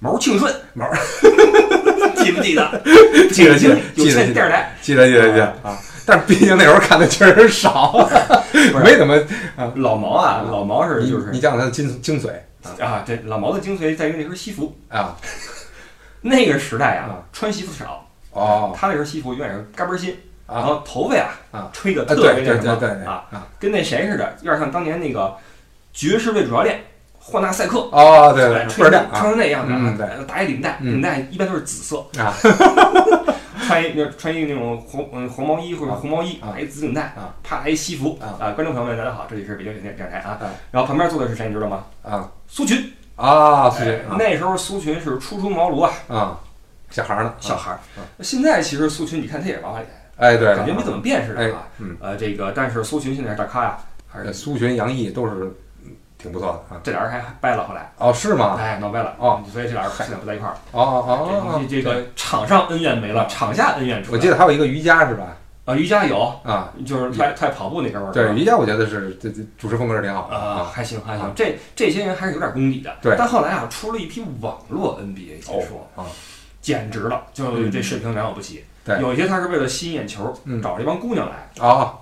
Speaker 2: 毛庆顺，
Speaker 3: 毛，
Speaker 2: 记不记得？
Speaker 3: 记得记得
Speaker 2: 有
Speaker 3: 记得
Speaker 2: 线
Speaker 3: 记
Speaker 2: 电视
Speaker 3: 得
Speaker 2: 台，
Speaker 3: 记得记得记得啊，但是毕竟那时候看的确 实少，
Speaker 2: 是
Speaker 3: 没怎么，
Speaker 2: 老毛啊，老毛是
Speaker 3: 你
Speaker 2: 就是
Speaker 3: 你讲讲他的精精髓
Speaker 2: 啊，这老毛的精髓在于那身西服。
Speaker 3: 啊，
Speaker 2: 那个时代啊
Speaker 3: 啊，
Speaker 2: 穿西服少，
Speaker 3: 哦
Speaker 2: 他那身西服永远是嘎嘣儿新，然
Speaker 3: 啊，
Speaker 2: 后头发呀
Speaker 3: 啊
Speaker 2: 吹的
Speaker 3: 啊对
Speaker 2: 特
Speaker 3: 对
Speaker 2: 别那
Speaker 3: 对
Speaker 2: 什么
Speaker 3: 对对
Speaker 2: 啊，
Speaker 3: 啊，
Speaker 2: 跟那谁似的，有点像当年那个爵士队主教练霍纳塞克，
Speaker 3: 哦对
Speaker 2: 哎
Speaker 3: 对，出
Speaker 2: 穿
Speaker 3: 点
Speaker 2: 成
Speaker 3: 亮
Speaker 2: 穿
Speaker 3: 啊
Speaker 2: 成那样的啊，
Speaker 3: 嗯对
Speaker 2: 打一领带，
Speaker 3: 嗯
Speaker 2: 领带一般都是紫色，
Speaker 3: 啊，
Speaker 2: 穿一那穿一那种红嗯黄毛衣或者
Speaker 3: 啊
Speaker 2: 红毛衣，
Speaker 3: 啊
Speaker 2: 打一紫领带
Speaker 3: 啊，
Speaker 2: 啪来一西服
Speaker 3: 啊
Speaker 2: 观众朋友们，大家好，这里是北京有线电视台啊
Speaker 3: 啊，
Speaker 2: 然后旁边坐的是谁，你知道吗？
Speaker 3: 啊
Speaker 2: 苏群，
Speaker 3: 啊，苏
Speaker 2: 哎
Speaker 3: 军啊
Speaker 2: 那时候苏群是初出茅庐啊，
Speaker 3: 啊，小孩儿呢，啊
Speaker 2: 小，孩儿
Speaker 3: 啊。
Speaker 2: 现在其实苏群，你看他也是娃娃脸，
Speaker 3: 哎对，
Speaker 2: 感觉没怎么变似
Speaker 3: 哎
Speaker 2: 的啊。
Speaker 3: 嗯，
Speaker 2: 呃，这个但是苏群现在是大咖呀，还
Speaker 3: 呃
Speaker 2: 是
Speaker 3: 苏洵、杨毅都是嗯挺不错的啊，
Speaker 2: 这俩人还掰了后来，
Speaker 3: 哦是吗？
Speaker 2: 哎，闹掰了
Speaker 3: 哦，
Speaker 2: 所以这俩人现在不在一块儿了。
Speaker 3: 哦哦
Speaker 2: 这
Speaker 3: 哦
Speaker 2: 东
Speaker 3: 哦
Speaker 2: 西，这个场上恩怨没了，场下恩怨出来了。
Speaker 3: 我记得还有一个瑜伽是吧？
Speaker 2: 啊，瑜伽有，
Speaker 3: 啊，
Speaker 2: 就是他他跑步那哥们儿。
Speaker 3: 对，瑜伽我觉得是这这主持风格是挺好的
Speaker 2: 啊，
Speaker 3: 啊，
Speaker 2: 还行还
Speaker 3: 啊
Speaker 2: 行，这这些人还是有点功底的。
Speaker 3: 对
Speaker 2: 但后来啊，出了一批网络 NBA 解说，
Speaker 3: 啊，
Speaker 2: 简直了，就
Speaker 3: 嗯
Speaker 2: 这水平良莠不齐。
Speaker 3: 对
Speaker 2: 有一些他是为了吸引眼球，
Speaker 3: 嗯
Speaker 2: 找这帮姑娘来，
Speaker 3: 哦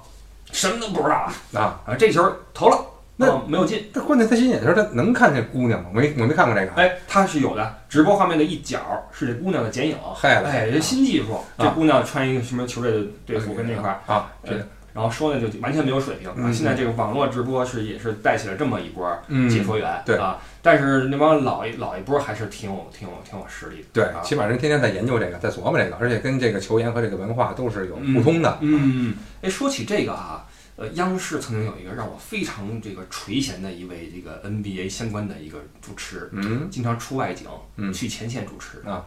Speaker 2: 什么都不知道啊，
Speaker 3: 啊。
Speaker 2: 啊，这球投了，
Speaker 3: 那
Speaker 2: 啊没有进。
Speaker 3: 但关键他新眼球，他能看见姑娘吗？我没我没看过这个。啊
Speaker 2: 哎，它是有的，直播画面的一角是这姑娘的剪影。
Speaker 3: 嗨了
Speaker 2: 哎，这新技术，这姑娘穿一个什么球队的队服跟那块儿，
Speaker 3: 啊，
Speaker 2: 呃
Speaker 3: 这
Speaker 2: 然后说呢就完全没有水平啊。
Speaker 3: 嗯
Speaker 2: 现在这个网络直播是也是带起了这么一波
Speaker 3: 嗯
Speaker 2: 解说员，
Speaker 3: 对
Speaker 2: 啊，但是那帮老一老一波还是挺有挺有挺有实力的，
Speaker 3: 对
Speaker 2: 啊，
Speaker 3: 起码人天天在研究这个，在琢磨这个，而且跟这个球员和这个文化都是有互通的。
Speaker 2: 嗯，哎，说起这个啊，呃，央视曾经有一个让我非常这个垂涎的一位这个 NBA 相关的一个主持，
Speaker 3: 嗯，
Speaker 2: 经常出外景，
Speaker 3: 嗯
Speaker 2: 去前线主持
Speaker 3: 啊，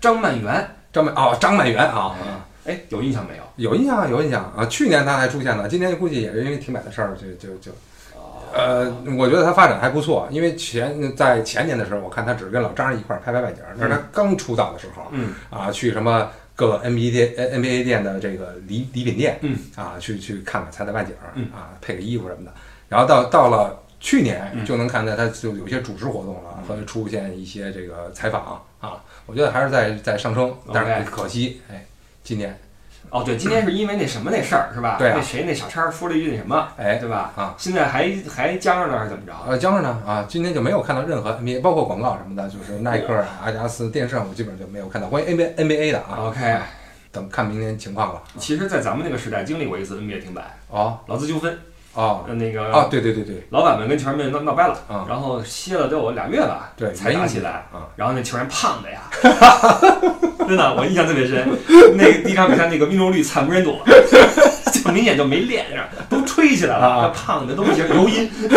Speaker 2: 张曼媛，
Speaker 3: 张曼哦，张曼媛啊，
Speaker 2: 哎，有印象没有？
Speaker 3: 有印象有印象啊，去年他还出现了，今年估计也是因为停摆的事儿，就就就呃，我觉得他发展还不错，因为前在前年的时候，我看他只是跟老张一块儿拍拍外景儿，那是他刚出道的时候，
Speaker 2: 嗯，
Speaker 3: 啊，去什么各个 NBA 店呃 NBA 店的这个礼礼品店，
Speaker 2: 嗯，
Speaker 3: 啊，去去看看他的外景儿，
Speaker 2: 嗯
Speaker 3: 啊，配个衣服什么的，然后到到了。去年
Speaker 2: 嗯
Speaker 3: 就能看到他就有些主持活动了，和出现一些这个采访啊，我觉得还是在在上升，但是可惜，哎，今年
Speaker 2: 哦，对，今天是因为那什么那事儿是吧？
Speaker 3: 对啊
Speaker 2: 那谁那小叉说了一句那什么，
Speaker 3: 哎
Speaker 2: 对吧？
Speaker 3: 啊，
Speaker 2: 现在还还僵着呢，还是怎么着？
Speaker 3: 呃，江上呢啊，今天就没有看到任何 NBA，包括广告什么的，就是耐克啊、阿迪达斯、电视上我基本上就没有看到关于 NBA NBA 的啊。
Speaker 2: OK，
Speaker 3: 等看明年情况了。
Speaker 2: 其实，在咱们那个时代，经历过一次 NBA 停摆，
Speaker 3: 哦
Speaker 2: 劳资纠纷，
Speaker 3: 哦
Speaker 2: 呃那个
Speaker 3: 哦，对对对对
Speaker 2: 老板们跟球员们闹闹掰了，
Speaker 3: 啊
Speaker 2: 然后歇了得有俩月吧，
Speaker 3: 对
Speaker 2: 才打起来
Speaker 3: 啊
Speaker 2: 然后那球员胖的 呀，真的，我印象特别深。那个第一场比赛，那个命中率惨不忍睹，就明显就没练上，都吹起来了，
Speaker 3: 啊
Speaker 2: 那胖的都不行，油音， 直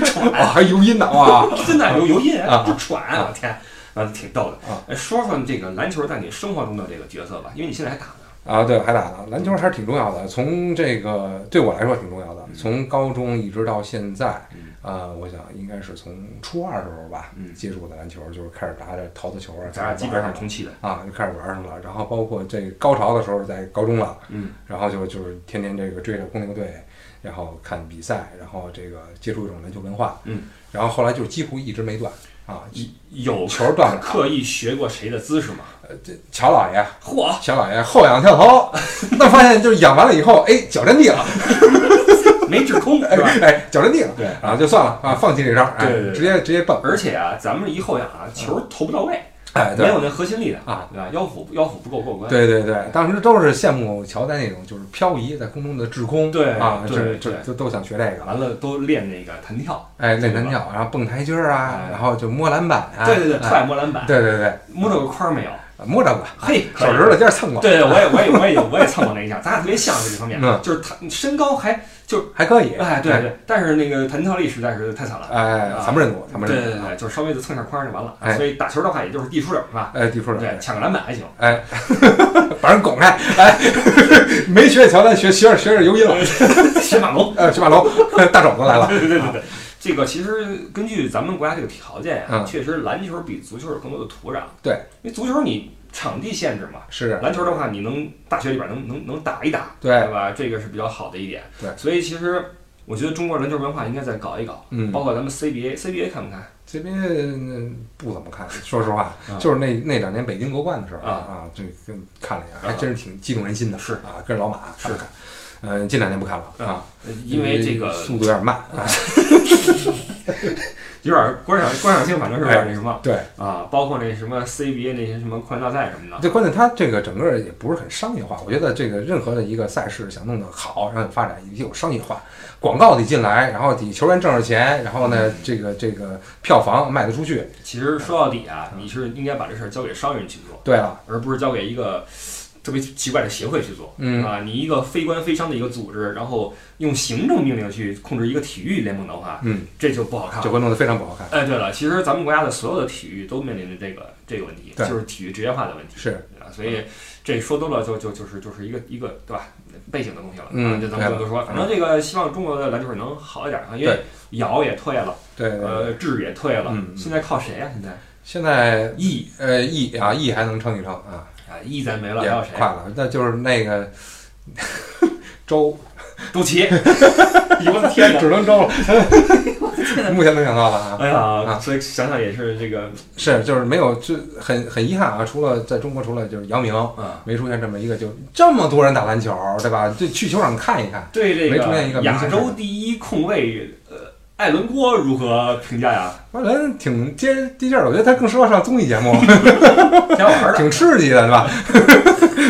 Speaker 3: 哦，
Speaker 2: 喘，
Speaker 3: 还有音呢哇！
Speaker 2: 真的有油音
Speaker 3: 啊，
Speaker 2: 直喘，我天，啊，挺逗的
Speaker 3: 啊。
Speaker 2: 哎说说这个篮球在你生活中的这个角色吧，因为你现在还打呢。
Speaker 3: 啊，对，还打呢。篮球还是挺重要的，从这个对我来说挺重要的。从高中一直到现在，啊、
Speaker 2: 嗯
Speaker 3: 我想应该是从初二的时候吧，
Speaker 2: 嗯
Speaker 3: 接触的篮球，就是开始打这桃子球啊，
Speaker 2: 咱俩基本上
Speaker 3: 开始玩
Speaker 2: 是同期的，
Speaker 3: 上了啊，就开始玩上了。然后包括这高潮的时候，在高中了，
Speaker 2: 嗯，
Speaker 3: 然后就就是天天这个追着公牛队，然后看比赛，然后这个接触一种篮球文化，
Speaker 2: 嗯，
Speaker 3: 然后后来就几乎一直没断啊，
Speaker 2: 有
Speaker 3: 球断了，啊
Speaker 2: 刻意学过谁的姿势吗？
Speaker 3: 呃乔老爷，
Speaker 2: 嚯！
Speaker 3: 乔老爷后仰跳投， 那发现就是仰完了以后，哎，脚沾地了，
Speaker 2: 没制空，
Speaker 3: 哎
Speaker 2: 是吧？
Speaker 3: 哎，脚沾地了，
Speaker 2: 对
Speaker 3: 然后就算了啊，放弃这招，哎，
Speaker 2: 对对对
Speaker 3: 直接直接蹦，
Speaker 2: 而且啊，咱们一后仰啊，球投不到位，
Speaker 3: 哎，
Speaker 2: 没
Speaker 3: 对。
Speaker 2: 有那核心力量
Speaker 3: 啊，
Speaker 2: 对吧？腰腹腰腹不够过关。
Speaker 3: 对对对，当时都是羡慕乔丹那种，就是漂移在空中的滞空，
Speaker 2: 对
Speaker 3: 啊，
Speaker 2: 对
Speaker 3: 这
Speaker 2: 对
Speaker 3: 这
Speaker 2: 对
Speaker 3: 这都想学这个，
Speaker 2: 完了都练那个弹跳，
Speaker 3: 哎，
Speaker 2: 对
Speaker 3: 练
Speaker 2: 吧
Speaker 3: 弹跳，然后蹦台阶儿啊，
Speaker 2: 哎
Speaker 3: 然后就摸篮板啊，
Speaker 2: 对对对，
Speaker 3: 哎
Speaker 2: 踹摸篮板，
Speaker 3: 对对对，
Speaker 2: 摸着个框没有？
Speaker 3: 摸着过，
Speaker 2: 嘿，可以
Speaker 3: 手指头。尖儿蹭过。
Speaker 2: 对对，我也我也我也有我也蹭过那一下，咱俩特别像这方面
Speaker 3: 嗯，
Speaker 2: 就是他身高还就
Speaker 3: 还可以。
Speaker 2: 哎，对对，但是那个谭跳力实在是太惨了。
Speaker 3: 哎，咱们认过，咱
Speaker 2: 对
Speaker 3: 们
Speaker 2: 对
Speaker 3: 认
Speaker 2: 对
Speaker 3: 过。
Speaker 2: 对，就是稍微的蹭一下框就完了。
Speaker 3: 哎
Speaker 2: 所以打球的话，也就是地出手是吧？
Speaker 3: 哎，地出了，
Speaker 2: 对，抢个篮板还行。
Speaker 3: 哎，反正拱开，哎， 没学乔丹，学学点学点尤因了，
Speaker 2: 学马龙，
Speaker 3: 呃，去马龙， 大肘子 来了，
Speaker 2: 对对对对，这个其实根据咱们国家这个条件呀、
Speaker 3: 嗯
Speaker 2: 确实篮球比足球有更多的土壤。
Speaker 3: 对，
Speaker 2: 因为足球你场地限制嘛，
Speaker 3: 是，
Speaker 2: 篮球的话你能大学里边能能能打一打，
Speaker 3: 对，
Speaker 2: 吧？这个是比较好的一点。
Speaker 3: 哎对
Speaker 2: 所以其实我觉得中国篮球文化应该再搞一搞，
Speaker 3: 嗯，
Speaker 2: 包括咱们 CBA，CBA 看不看？
Speaker 3: 这边嗯不怎么看，说实话
Speaker 2: 啊，
Speaker 3: 就是那那两年北京夺冠的时候
Speaker 2: 啊
Speaker 3: 啊，这个看了一眼，还真是挺激动人心的，
Speaker 2: 是
Speaker 3: 啊，跟着老马
Speaker 2: 是
Speaker 3: 看了看，嗯，近两年不看了啊，
Speaker 2: 呃因为这个
Speaker 3: 速度有点慢，啊
Speaker 2: 有点观赏观赏性，反正是有点那什么
Speaker 3: 对，
Speaker 2: 啊，包括那什么 CBA 那些什么快大赛什么的。
Speaker 3: 这关键它这个整个也不是很商业化。我觉得这个任何的一个赛事想弄得好，让你发展，也有商业化，广告得进来，然后得球员挣着钱，然后
Speaker 2: 嗯
Speaker 3: 呢，这个这个票房卖得出去。
Speaker 2: 其实说到底啊，你是应该把这事儿交给商人去做，
Speaker 3: 对了，
Speaker 2: 而不是交给一个特别奇怪的协会去做。
Speaker 3: 嗯，
Speaker 2: 啊，你一个非官非商的一个组织，然后用行政命令去控制一个体育联盟的话，
Speaker 3: 嗯，
Speaker 2: 这就不好看
Speaker 3: 就
Speaker 2: 了。
Speaker 3: 会弄得非常不好看。
Speaker 2: 哎，对了，其实咱们国家的所有的体育都面临着这个这个问题，
Speaker 3: 对
Speaker 2: 就是体育职业化的问题。
Speaker 3: 是
Speaker 2: 啊，所以这说多了就就就是就是一个一个对吧背景的东西了。
Speaker 3: 嗯
Speaker 2: 啊这咱们不多说，反正这个希望中国的篮球能好一点啊，因为尧也退了，
Speaker 3: 对，对对
Speaker 2: 呃，智也退了，
Speaker 3: 嗯嗯
Speaker 2: 现在靠谁啊呀、现在
Speaker 3: 现在 E 呃 E 啊 E 还能撑一撑啊，
Speaker 2: 啊，义咱没了，还
Speaker 3: 也
Speaker 2: 有谁
Speaker 3: 快？了。那就是那个 周，
Speaker 2: 周 琦，哎呦我的天哪！
Speaker 3: 只能周了。 目前能想到了啊。
Speaker 2: 哎呀，
Speaker 3: 啊
Speaker 2: 所以想想也是这个，
Speaker 3: 是，就是没有，这很很遗憾啊！除了在中国，除了就是姚明，
Speaker 2: 啊，
Speaker 3: 没出现这么一个就这么多人打篮球，对吧？就去球场看一看。
Speaker 2: 对这
Speaker 3: 没出现一
Speaker 2: 个
Speaker 3: 个明
Speaker 2: 亚
Speaker 3: 星
Speaker 2: 洲第一控卫，呃，艾伦郭如何评价呀？
Speaker 3: 外人挺接地气儿的，我觉得他更适合上综艺节目，
Speaker 2: 挺好玩儿的，
Speaker 3: 挺刺激的，对吧？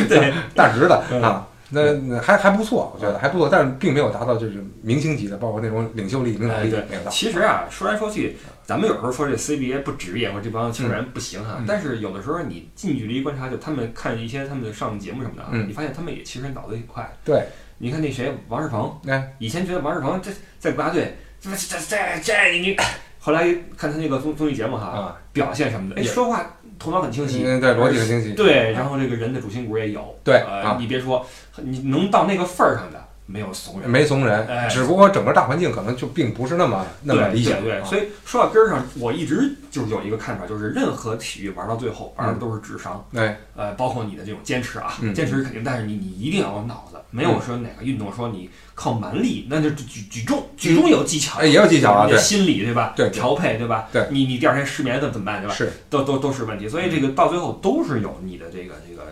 Speaker 2: 对，
Speaker 3: 大直的
Speaker 2: 嗯
Speaker 3: 啊，那那还还不错，我觉得还不错，但是并没有达到就是明星级的，包括那种领袖力、领导
Speaker 2: 哎
Speaker 3: 力
Speaker 2: 对
Speaker 3: 没有到。
Speaker 2: 其实啊，说来说去，咱们有时候说这 CBA 不职业或者这帮球员不行哈、
Speaker 3: 嗯
Speaker 2: 但是有的时候你近距离观察，就他们看一些他们的上节目什么的啊，
Speaker 3: 嗯
Speaker 2: 你发现他们也其实脑子也快。
Speaker 3: 对，
Speaker 2: 你看那谁王仕鹏，
Speaker 3: 哎，
Speaker 2: 以前觉得王仕鹏这在国家队这这这这你， 后来看他那个综综艺节目哈、
Speaker 3: 啊，
Speaker 2: 表现什么的，哎，
Speaker 3: 也
Speaker 2: 说话头脑很清晰，哎
Speaker 3: 嗯，对，逻辑很清晰。
Speaker 2: 对，然后这个人的主心骨也有，
Speaker 3: 对
Speaker 2: 呃
Speaker 3: 啊，
Speaker 2: 你别说，你能到那个份儿上的没有怂人。
Speaker 3: 没怂
Speaker 2: 哎
Speaker 3: 人，只不过整个大环境可能就并不是那么那么
Speaker 2: 对
Speaker 3: 理想。
Speaker 2: 对对，
Speaker 3: 啊
Speaker 2: 所以说到根儿上，我一直就是有一个看法，就是任何体育玩到最后，玩的都是智商。
Speaker 3: 哎，
Speaker 2: 呃，包括你的这种坚持啊，
Speaker 3: 嗯
Speaker 2: 坚持肯定，但是你你一定要有脑子，没有说哪个运动说你靠蛮力，那就举举重，举重也有技巧，
Speaker 3: 哎也有技巧啊
Speaker 2: 你的
Speaker 3: 对
Speaker 2: 心理对吧？
Speaker 3: 对对
Speaker 2: 调配对吧？
Speaker 3: 对
Speaker 2: 你你第二天失眠怎么怎么办对吧？
Speaker 3: 是
Speaker 2: 都都都是问题，所以这
Speaker 3: 嗯
Speaker 2: 个到最后都是有你的这个这个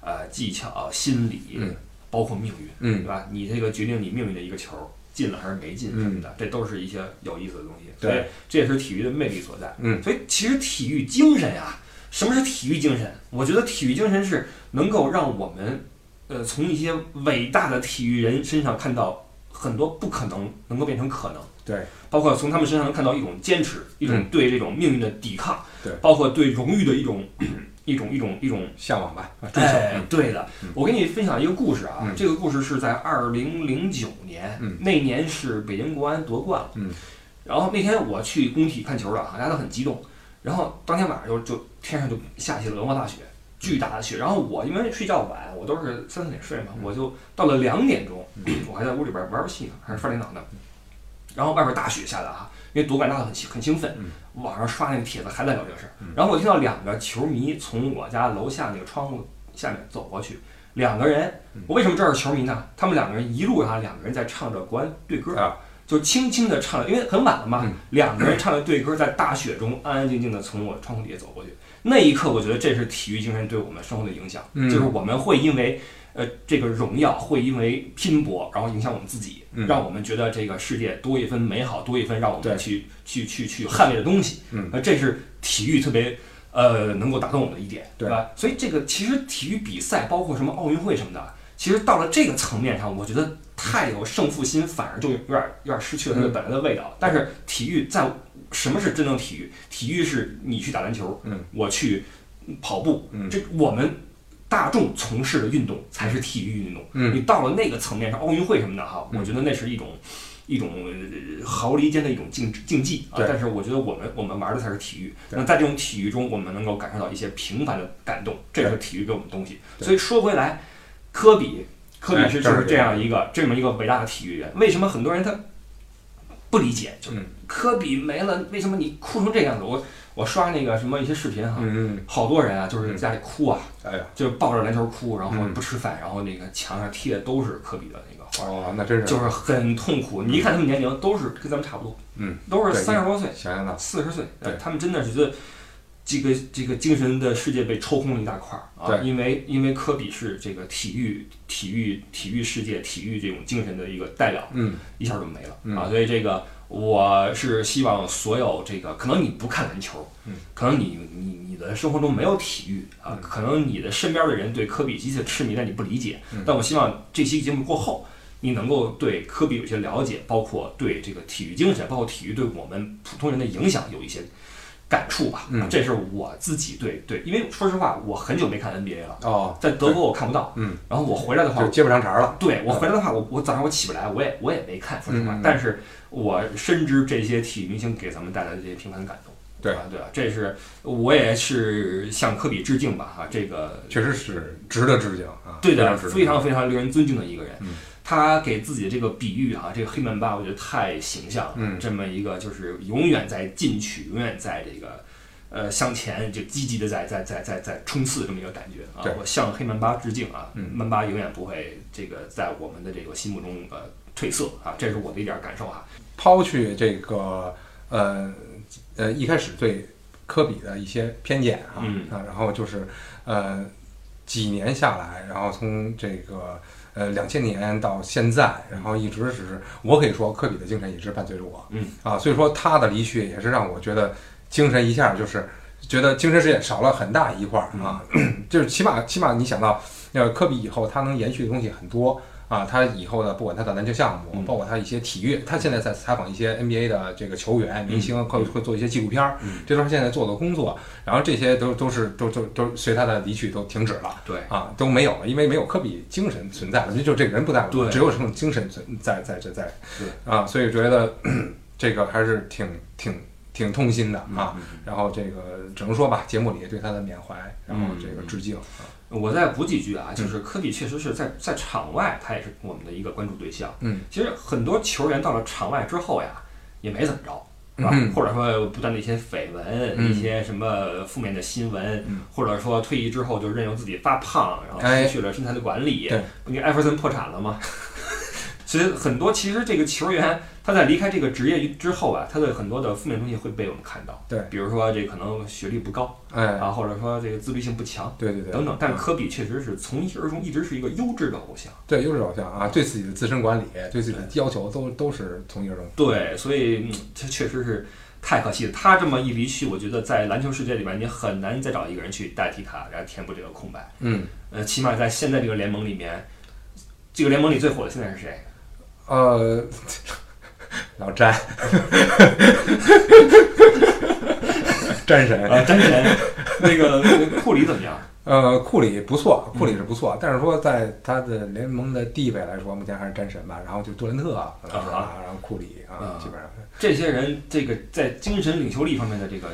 Speaker 2: 呃技巧、心理，
Speaker 3: 嗯
Speaker 2: 包括命运，
Speaker 3: 嗯
Speaker 2: 对吧？你这个决定你命运的一个球进了还是没进什么的，这都是一些有意思的东西。
Speaker 3: 嗯对
Speaker 2: 所以这也是体育的魅力所在。
Speaker 3: 嗯，
Speaker 2: 所以其实体育精神呀、什么是体育精神？我觉得体育精神是能够让我们呃从一些伟大的体育人身上看到很多不可能能够变成可能。
Speaker 3: 对，
Speaker 2: 包括从他们身上能看到一种坚持，一种对这种命运的抵抗，
Speaker 3: 对
Speaker 2: 包括对荣誉的一种一种一种一种
Speaker 3: 向往吧，啊追求。
Speaker 2: 哎，对的。我给你分享一个故事啊，
Speaker 3: 嗯
Speaker 2: 这个故事是在二零零九年，
Speaker 3: 嗯
Speaker 2: 那年是北京国安夺冠了，
Speaker 3: 嗯
Speaker 2: 然后那天我去工体看球了，啊大家都很激动，然后当天晚上就就天上就下起了文化大雪。巨大的雪，然后我因为睡觉晚，我都是三四点睡
Speaker 3: 嗯
Speaker 2: 嘛，我就到了两点钟， 我还在屋里边玩游戏呢，还是刷电脑呢。然后外边大雪下的啊，因为夺冠大家很兴很兴奋，网上刷那个帖子还在聊这个事儿。然后我听到两个球迷从我家楼下那个窗户下面走过去，两个人，我为什么知道是球迷呢？他们两个人一路上，两个人在唱着国安队歌
Speaker 3: 啊，
Speaker 2: 就轻轻的唱着，因为很晚了嘛
Speaker 3: 嗯，
Speaker 2: 两个人唱着队歌，在大雪中安安静静的从我窗户底下走过去。那一刻，我觉得这是体育精神对我们生活的影响，
Speaker 3: 嗯
Speaker 2: 就是我们会因为。呃，这个荣耀会因为拼搏，然后影响我们自己，
Speaker 3: 嗯
Speaker 2: 让我们觉得这个世界多一分美好，多一分让我
Speaker 3: 对
Speaker 2: 们去去去去捍卫的东西。
Speaker 3: 嗯
Speaker 2: 呃，这是体育特别呃能够打动我的一点，
Speaker 3: 对
Speaker 2: 吧？所以这个其实体育比赛，包括什么奥运会什么的，其实到了这个层面上，我觉得太有胜负心，反而就有点有点失去了它的
Speaker 3: 嗯
Speaker 2: 本来的味道。但是体育在什么是真正体育？体育是你去打篮球，
Speaker 3: 嗯，
Speaker 2: 我去跑步，
Speaker 3: 嗯
Speaker 2: 这我们大众从事的运动才是体育运动。
Speaker 3: 嗯
Speaker 2: 你到了那个层面上，奥运会什么的哈，
Speaker 3: 嗯
Speaker 2: 我觉得那是一种一种呃毫厘间的一种竞竞技啊
Speaker 3: 对。
Speaker 2: 但是我觉得我们我们玩的才是体育。
Speaker 3: 对
Speaker 2: 那在这种体育中，我们能够感受到一些平凡的感动，这是体育给我们的东西。
Speaker 3: 对
Speaker 2: 所以说回来，科比，科比
Speaker 3: 哎
Speaker 2: 是
Speaker 3: 这
Speaker 2: 就是是这
Speaker 3: 这样
Speaker 2: 样一个这么一个伟大的体育人。为什么很多人他不理解？就是
Speaker 3: 嗯
Speaker 2: 科比没了，为什么你哭成这样子？我我刷那个什么一些视频哈，
Speaker 3: 嗯，
Speaker 2: 好多人啊，就是家里哭啊，
Speaker 3: 哎呀，
Speaker 2: 就是抱着篮球哭，然后
Speaker 3: 嗯
Speaker 2: 不吃饭，然后那个墙上贴的都是科比的那个，
Speaker 3: 哦，那真是
Speaker 2: 就是很痛苦。你一看他们年龄都是跟咱们差不多，
Speaker 3: 嗯，
Speaker 2: 都是
Speaker 3: 对
Speaker 2: 三十多岁、
Speaker 3: 想想那
Speaker 2: 四十岁
Speaker 3: 对，
Speaker 2: 他们真的是觉得这个这个精神的世界被抽空了一大块儿啊。
Speaker 3: 对
Speaker 2: 因为因为科比是这个体育体育体育世界体育这种精神的一个代表，
Speaker 3: 嗯，
Speaker 2: 一下就没了、
Speaker 3: 嗯
Speaker 2: 啊。所以这个我是希望所有这个，可能你不看篮球，
Speaker 3: 嗯，
Speaker 2: 可能你你你的生活中没有体育啊，
Speaker 3: 嗯
Speaker 2: 可能你的身边的人对科比极其的痴迷，但你不理解。
Speaker 3: 嗯
Speaker 2: 但我希望这期节目过后。你能够对科比有些了解，包括对这个体育精神，包括体育对我们普通人的影响有一些感触吧。
Speaker 3: 嗯
Speaker 2: 啊这是我自己对对，因为说实话，我很久没看 NBA 了，
Speaker 3: 哦，
Speaker 2: 在德国我看不到，
Speaker 3: 嗯，
Speaker 2: 然后我回来的话，
Speaker 3: 就接不上茬了。
Speaker 2: 对我回来的话，我我早上我起不来，我也我也没看，说实话，
Speaker 3: 嗯嗯嗯嗯
Speaker 2: 但是我深知这些体育明星给咱们带来的这些平凡的感动。
Speaker 3: 对
Speaker 2: 啊，对啊，这是我也是向科比致敬吧，哈、啊这个
Speaker 3: 确实是值得致敬啊！
Speaker 2: 对的，
Speaker 3: 值得
Speaker 2: 非常非常令人尊敬的一个人。
Speaker 3: 嗯
Speaker 2: 他给自己的这个比喻啊，这个黑曼巴，我觉得太形象了。
Speaker 3: 嗯
Speaker 2: 这么一个就是永远在进取，永远在这个呃向前，就积极的在在在在在冲刺这么一个感觉啊
Speaker 3: 对。
Speaker 2: 我向黑曼巴致敬啊，
Speaker 3: 嗯
Speaker 2: 曼巴永远不会这个在我们的这个心目中呃褪色啊，这是我的一点感受啊。
Speaker 3: 抛去这个呃呃一开始对科比的一些偏见啊、
Speaker 2: 嗯
Speaker 3: 啊，然后就是呃几年下来，然后从这个呃两千年到现在，然后一直是我可以说科比的精神一直伴随着我，
Speaker 2: 嗯
Speaker 3: 啊，所以说他的离去也是让我觉得精神一下就是觉得精神世界少了很大一块
Speaker 2: 嗯
Speaker 3: 儿啊，就是起码起码你想到呃科比以后他能延续的东西很多。啊，他以后的不管他的篮球项目，
Speaker 2: 嗯
Speaker 3: 包括他一些体育，他现在在采访一些 NBA 的这个球员、明星，会会做一些纪录片儿，
Speaker 2: 嗯
Speaker 3: 这都是现在做的工作。然后这些都都是都都都随他的离去都停止了
Speaker 2: 对，
Speaker 3: 啊，都没有了，因为没有科比精神存在了，就就这个人不在
Speaker 2: 对
Speaker 3: 了，只有这种精神存在在在在
Speaker 2: 对
Speaker 3: 啊，所以觉得 咳这个还是挺挺挺痛心的
Speaker 2: 嗯
Speaker 3: 啊。然后这个只能说吧，节目里对他的缅怀，然
Speaker 2: 嗯
Speaker 3: 后这个致敬。啊
Speaker 2: 我再补几句啊，
Speaker 3: 嗯
Speaker 2: 就是科比确实是在在场外，他也是我们的一个关注对象。
Speaker 3: 嗯，
Speaker 2: 其实很多球员到了场外之后呀，也没怎么着，是吧？
Speaker 3: 嗯
Speaker 2: 或者说不断的一些绯闻、
Speaker 3: 嗯
Speaker 2: 一些什么负面的新闻，
Speaker 3: 嗯
Speaker 2: 或者说退役之后就任由自己发胖，然后
Speaker 3: 哎
Speaker 2: 失去了身材的管理。
Speaker 3: 对
Speaker 2: 不你艾弗森破产了吗？ 其实很多，其实这个球员他在离开这个职业之后啊，他的很多的负面东西会被我们看到。
Speaker 3: 对
Speaker 2: 比如说这可能学历不高
Speaker 3: 哎，
Speaker 2: 啊，或者说这个自律性不强。
Speaker 3: 对对对，
Speaker 2: 等等，但科比确实是从一而终，一直是一个优质的偶像。
Speaker 3: 对优质偶像啊，对自己的自身管理，对自己的要求都都是从一而终。
Speaker 2: 对，所以嗯这确实是太可惜了。他这么一离去，我觉得在篮球世界里面，你很难再找一个人去代替他，然后填补这个空白。
Speaker 3: 嗯，
Speaker 2: 呃，起码在现在这个联盟里面，这个联盟里最火的现在是谁？
Speaker 3: 呃， 老 詹，詹神，
Speaker 2: 呃，詹神。那个那个库里怎么样？
Speaker 3: 呃，库里不错，库里是不错，但是说在他的联盟的地位来说，目前还是詹神吧，然后就杜兰特啊，可能是
Speaker 2: 啊
Speaker 3: 啊，然后库里啊
Speaker 2: 啊，
Speaker 3: 基本上。
Speaker 2: 这些人这个在精神领袖力方面的这个，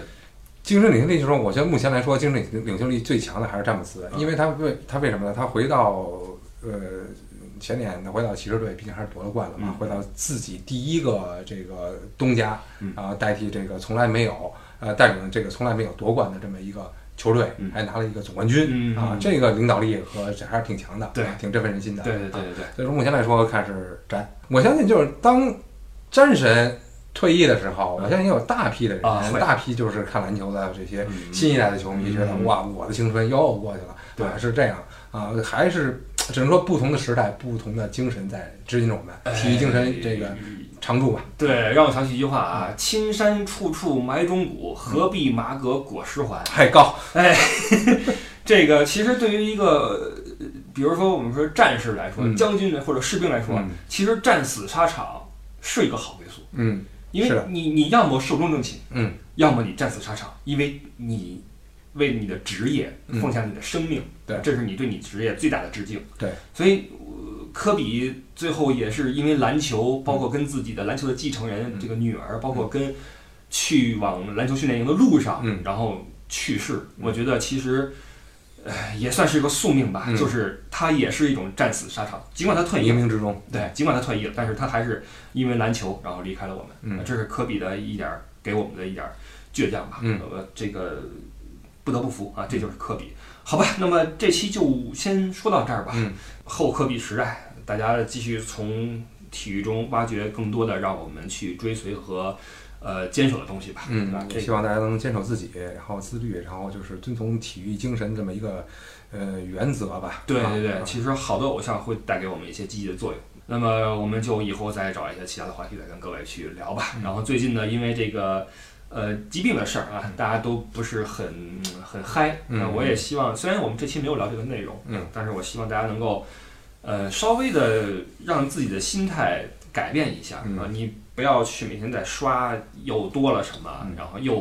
Speaker 3: 精神领袖力就是说，我觉得目前来说，精神领领袖力最强的还是詹姆斯，
Speaker 2: 嗯
Speaker 3: 因为他为他为什么呢？他回到呃前年他回到骑士队，毕竟还是夺了冠了嘛，
Speaker 2: 嗯
Speaker 3: 回到自己第一个这个东家
Speaker 2: 嗯，
Speaker 3: 然后代替这个从来没有呃带领这个从来没有夺冠的这么一个球队
Speaker 2: 嗯，
Speaker 3: 还拿了一个总冠军
Speaker 2: 嗯
Speaker 3: 啊，这个领导力和这还是挺强的，啊
Speaker 2: 对
Speaker 3: 挺振奋人心的。
Speaker 2: 对对对对对，
Speaker 3: 所以说目前来说看是詹，我相信就是当詹神退役的时候，
Speaker 2: 嗯
Speaker 3: 我相信有大批的人，
Speaker 2: 啊会
Speaker 3: 大批就是看篮球的这些
Speaker 2: 嗯
Speaker 3: 新一代的球迷觉得、
Speaker 2: 嗯
Speaker 3: 哇，我的青春又过去了，
Speaker 2: 对
Speaker 3: 啊是这样啊，还是只能说不同的时代、不同的精神在指引着我们，
Speaker 2: 哎
Speaker 3: 体育精神这个常驻吧。
Speaker 2: 对，让我想起一句话啊：“青山处处埋忠骨，何必麻革裹尸还。”
Speaker 3: 太高，
Speaker 2: 哎，这个其实对于一个，呃比如说我们说战士来说，
Speaker 3: 嗯
Speaker 2: 将军来或者士兵来说，
Speaker 3: 嗯
Speaker 2: 其实战死沙场是一个好归宿，
Speaker 3: 嗯
Speaker 2: 因
Speaker 3: 是
Speaker 2: 为
Speaker 3: 的
Speaker 2: 你你要么寿终正寝，
Speaker 3: 嗯，
Speaker 2: 要么你战死沙场，因为你为你的职业奉献你的生命，
Speaker 3: 嗯对
Speaker 2: 这是你对你职业最大的致敬。
Speaker 3: 对，
Speaker 2: 所以呃科比最后也是因为篮球，包括跟自己的篮球的继承人、
Speaker 3: 嗯
Speaker 2: 这个女儿，包括跟去往篮球训练营的路上，
Speaker 3: 嗯
Speaker 2: 然后去世。我觉得其实。唉也算是一个宿命吧，
Speaker 3: 嗯
Speaker 2: 就是他也是一种战死沙场。尽管他退役
Speaker 3: 冥
Speaker 2: 了，
Speaker 3: 冥之中，
Speaker 2: 对，尽管他退役了，但是他还是因为篮球然后离开了我们。呃
Speaker 3: 嗯
Speaker 2: 这是科比的一点儿给我们的一点儿倔强吧。
Speaker 3: 嗯
Speaker 2: 呃，这个不得不服啊，这就是科比。好吧，那么这期就先说到这儿吧。
Speaker 3: 嗯
Speaker 2: 后科比时代，大家继续从体育中挖掘更多的让我们去追随和呃坚守的东西吧，对吧？这
Speaker 3: 嗯希望大家都能坚守自己，然后自律，然后就是遵从体育精神这么一个呃原则吧。
Speaker 2: 对
Speaker 3: 啊
Speaker 2: 对对，
Speaker 3: 啊
Speaker 2: 其实好的偶像会带给我们一些积极的作用。那么我们就以后再找一些其他的话题再跟各位去聊
Speaker 3: 嗯
Speaker 2: 吧。然后最近呢，因为这个呃疾病的事儿啊，大家都不是很很嗨。
Speaker 3: 嗯
Speaker 2: 那我也希望，虽然我们这期没有聊这个内容，
Speaker 3: 嗯，
Speaker 2: 但是我希望大家能够呃稍微的让自己的心态改变一下
Speaker 3: 嗯
Speaker 2: 啊，你不要去每天在刷又多了什么
Speaker 3: 嗯，
Speaker 2: 然后又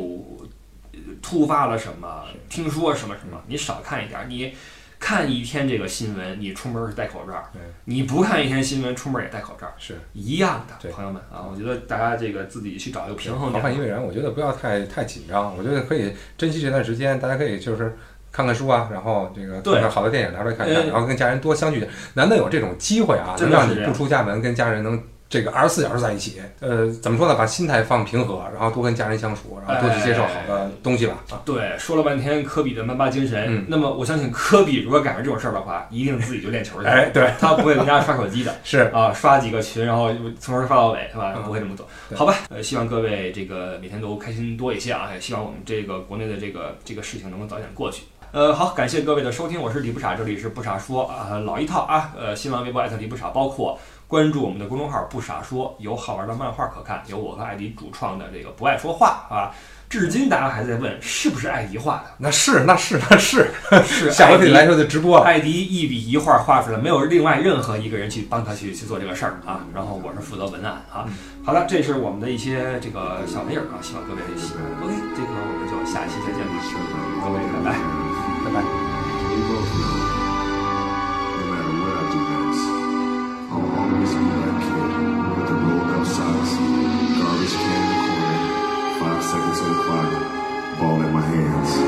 Speaker 2: 呃突发了什么
Speaker 3: 是，嗯
Speaker 2: 听说什么什么，你少看一点儿。你看一天这个新闻，你出门儿是戴口罩儿
Speaker 3: 对；
Speaker 2: 你不看一天新闻，出门儿也戴口罩儿，
Speaker 3: 是
Speaker 2: 一样的
Speaker 3: 对。
Speaker 2: 朋友们啊，我觉得大家这个自己去找一个平衡
Speaker 3: 防
Speaker 2: 点
Speaker 3: 范于
Speaker 2: 儿。
Speaker 3: 未然，我觉得不要太太紧张，我觉得可以珍惜这段时间，大家可以就是。看看书啊，然后这个
Speaker 2: 对
Speaker 3: 看看好的电影拿出来看一看，
Speaker 2: 呃
Speaker 3: 然后跟家人多相聚。难得有这种机会啊，
Speaker 2: 真
Speaker 3: 能
Speaker 2: 的是
Speaker 3: 让你
Speaker 2: 这
Speaker 3: 不
Speaker 2: 样
Speaker 3: 出家门，跟家人能这个二十四小时在一起。呃，怎么说呢？把心态放平和，然后多跟家人相处，然后多去接受好
Speaker 2: 哎
Speaker 3: 的东西吧。啊，
Speaker 2: 对，说了半天科比的曼巴精神，
Speaker 3: 嗯
Speaker 2: 那么我相信科比如果赶上这种事儿的话，一定自己就练球去了，
Speaker 3: 哎，对，
Speaker 2: 他不会在家刷手 机的。
Speaker 3: 是，
Speaker 2: 啊，刷几个群，然后从头刷到尾，是吧？
Speaker 3: 嗯
Speaker 2: 不会这么做，
Speaker 3: 对
Speaker 2: 好吧？呃，希望各位这个每天都开心多一些啊，也希望我们这个国内的这个这个事情能够早点过去。呃，好，感谢各位的收听，我是李不傻，这里是不傻说啊、老一套啊，呃，新浪微博艾特李不傻，包括关注我们的公众号“不傻说”，有好玩的漫画可看，有我和艾迪主创的这个“不爱说话”啊，至今大家还在问是不是艾迪画
Speaker 3: 那是那是那是，
Speaker 2: 的，是
Speaker 3: 下回
Speaker 2: 艾
Speaker 3: 可以
Speaker 2: 迪
Speaker 3: 来说就直播了。
Speaker 2: 艾迪一笔一画画出来，没有另外任何一个人去帮他去去做这个事儿
Speaker 3: 嗯
Speaker 2: 啊。然后我是负责文案啊。好的，这是我们的一些这个小玩意儿啊，希望各位喜欢。OK，这
Speaker 3: 嗯
Speaker 2: 个我们就下期再见吧，各位拜拜。
Speaker 3: 拜拜。
Speaker 4: We both know, no matter what I do next, I'll always be that kid with the rolled up socks, garbage can in the corner, five seconds on the clock, ball in my hands.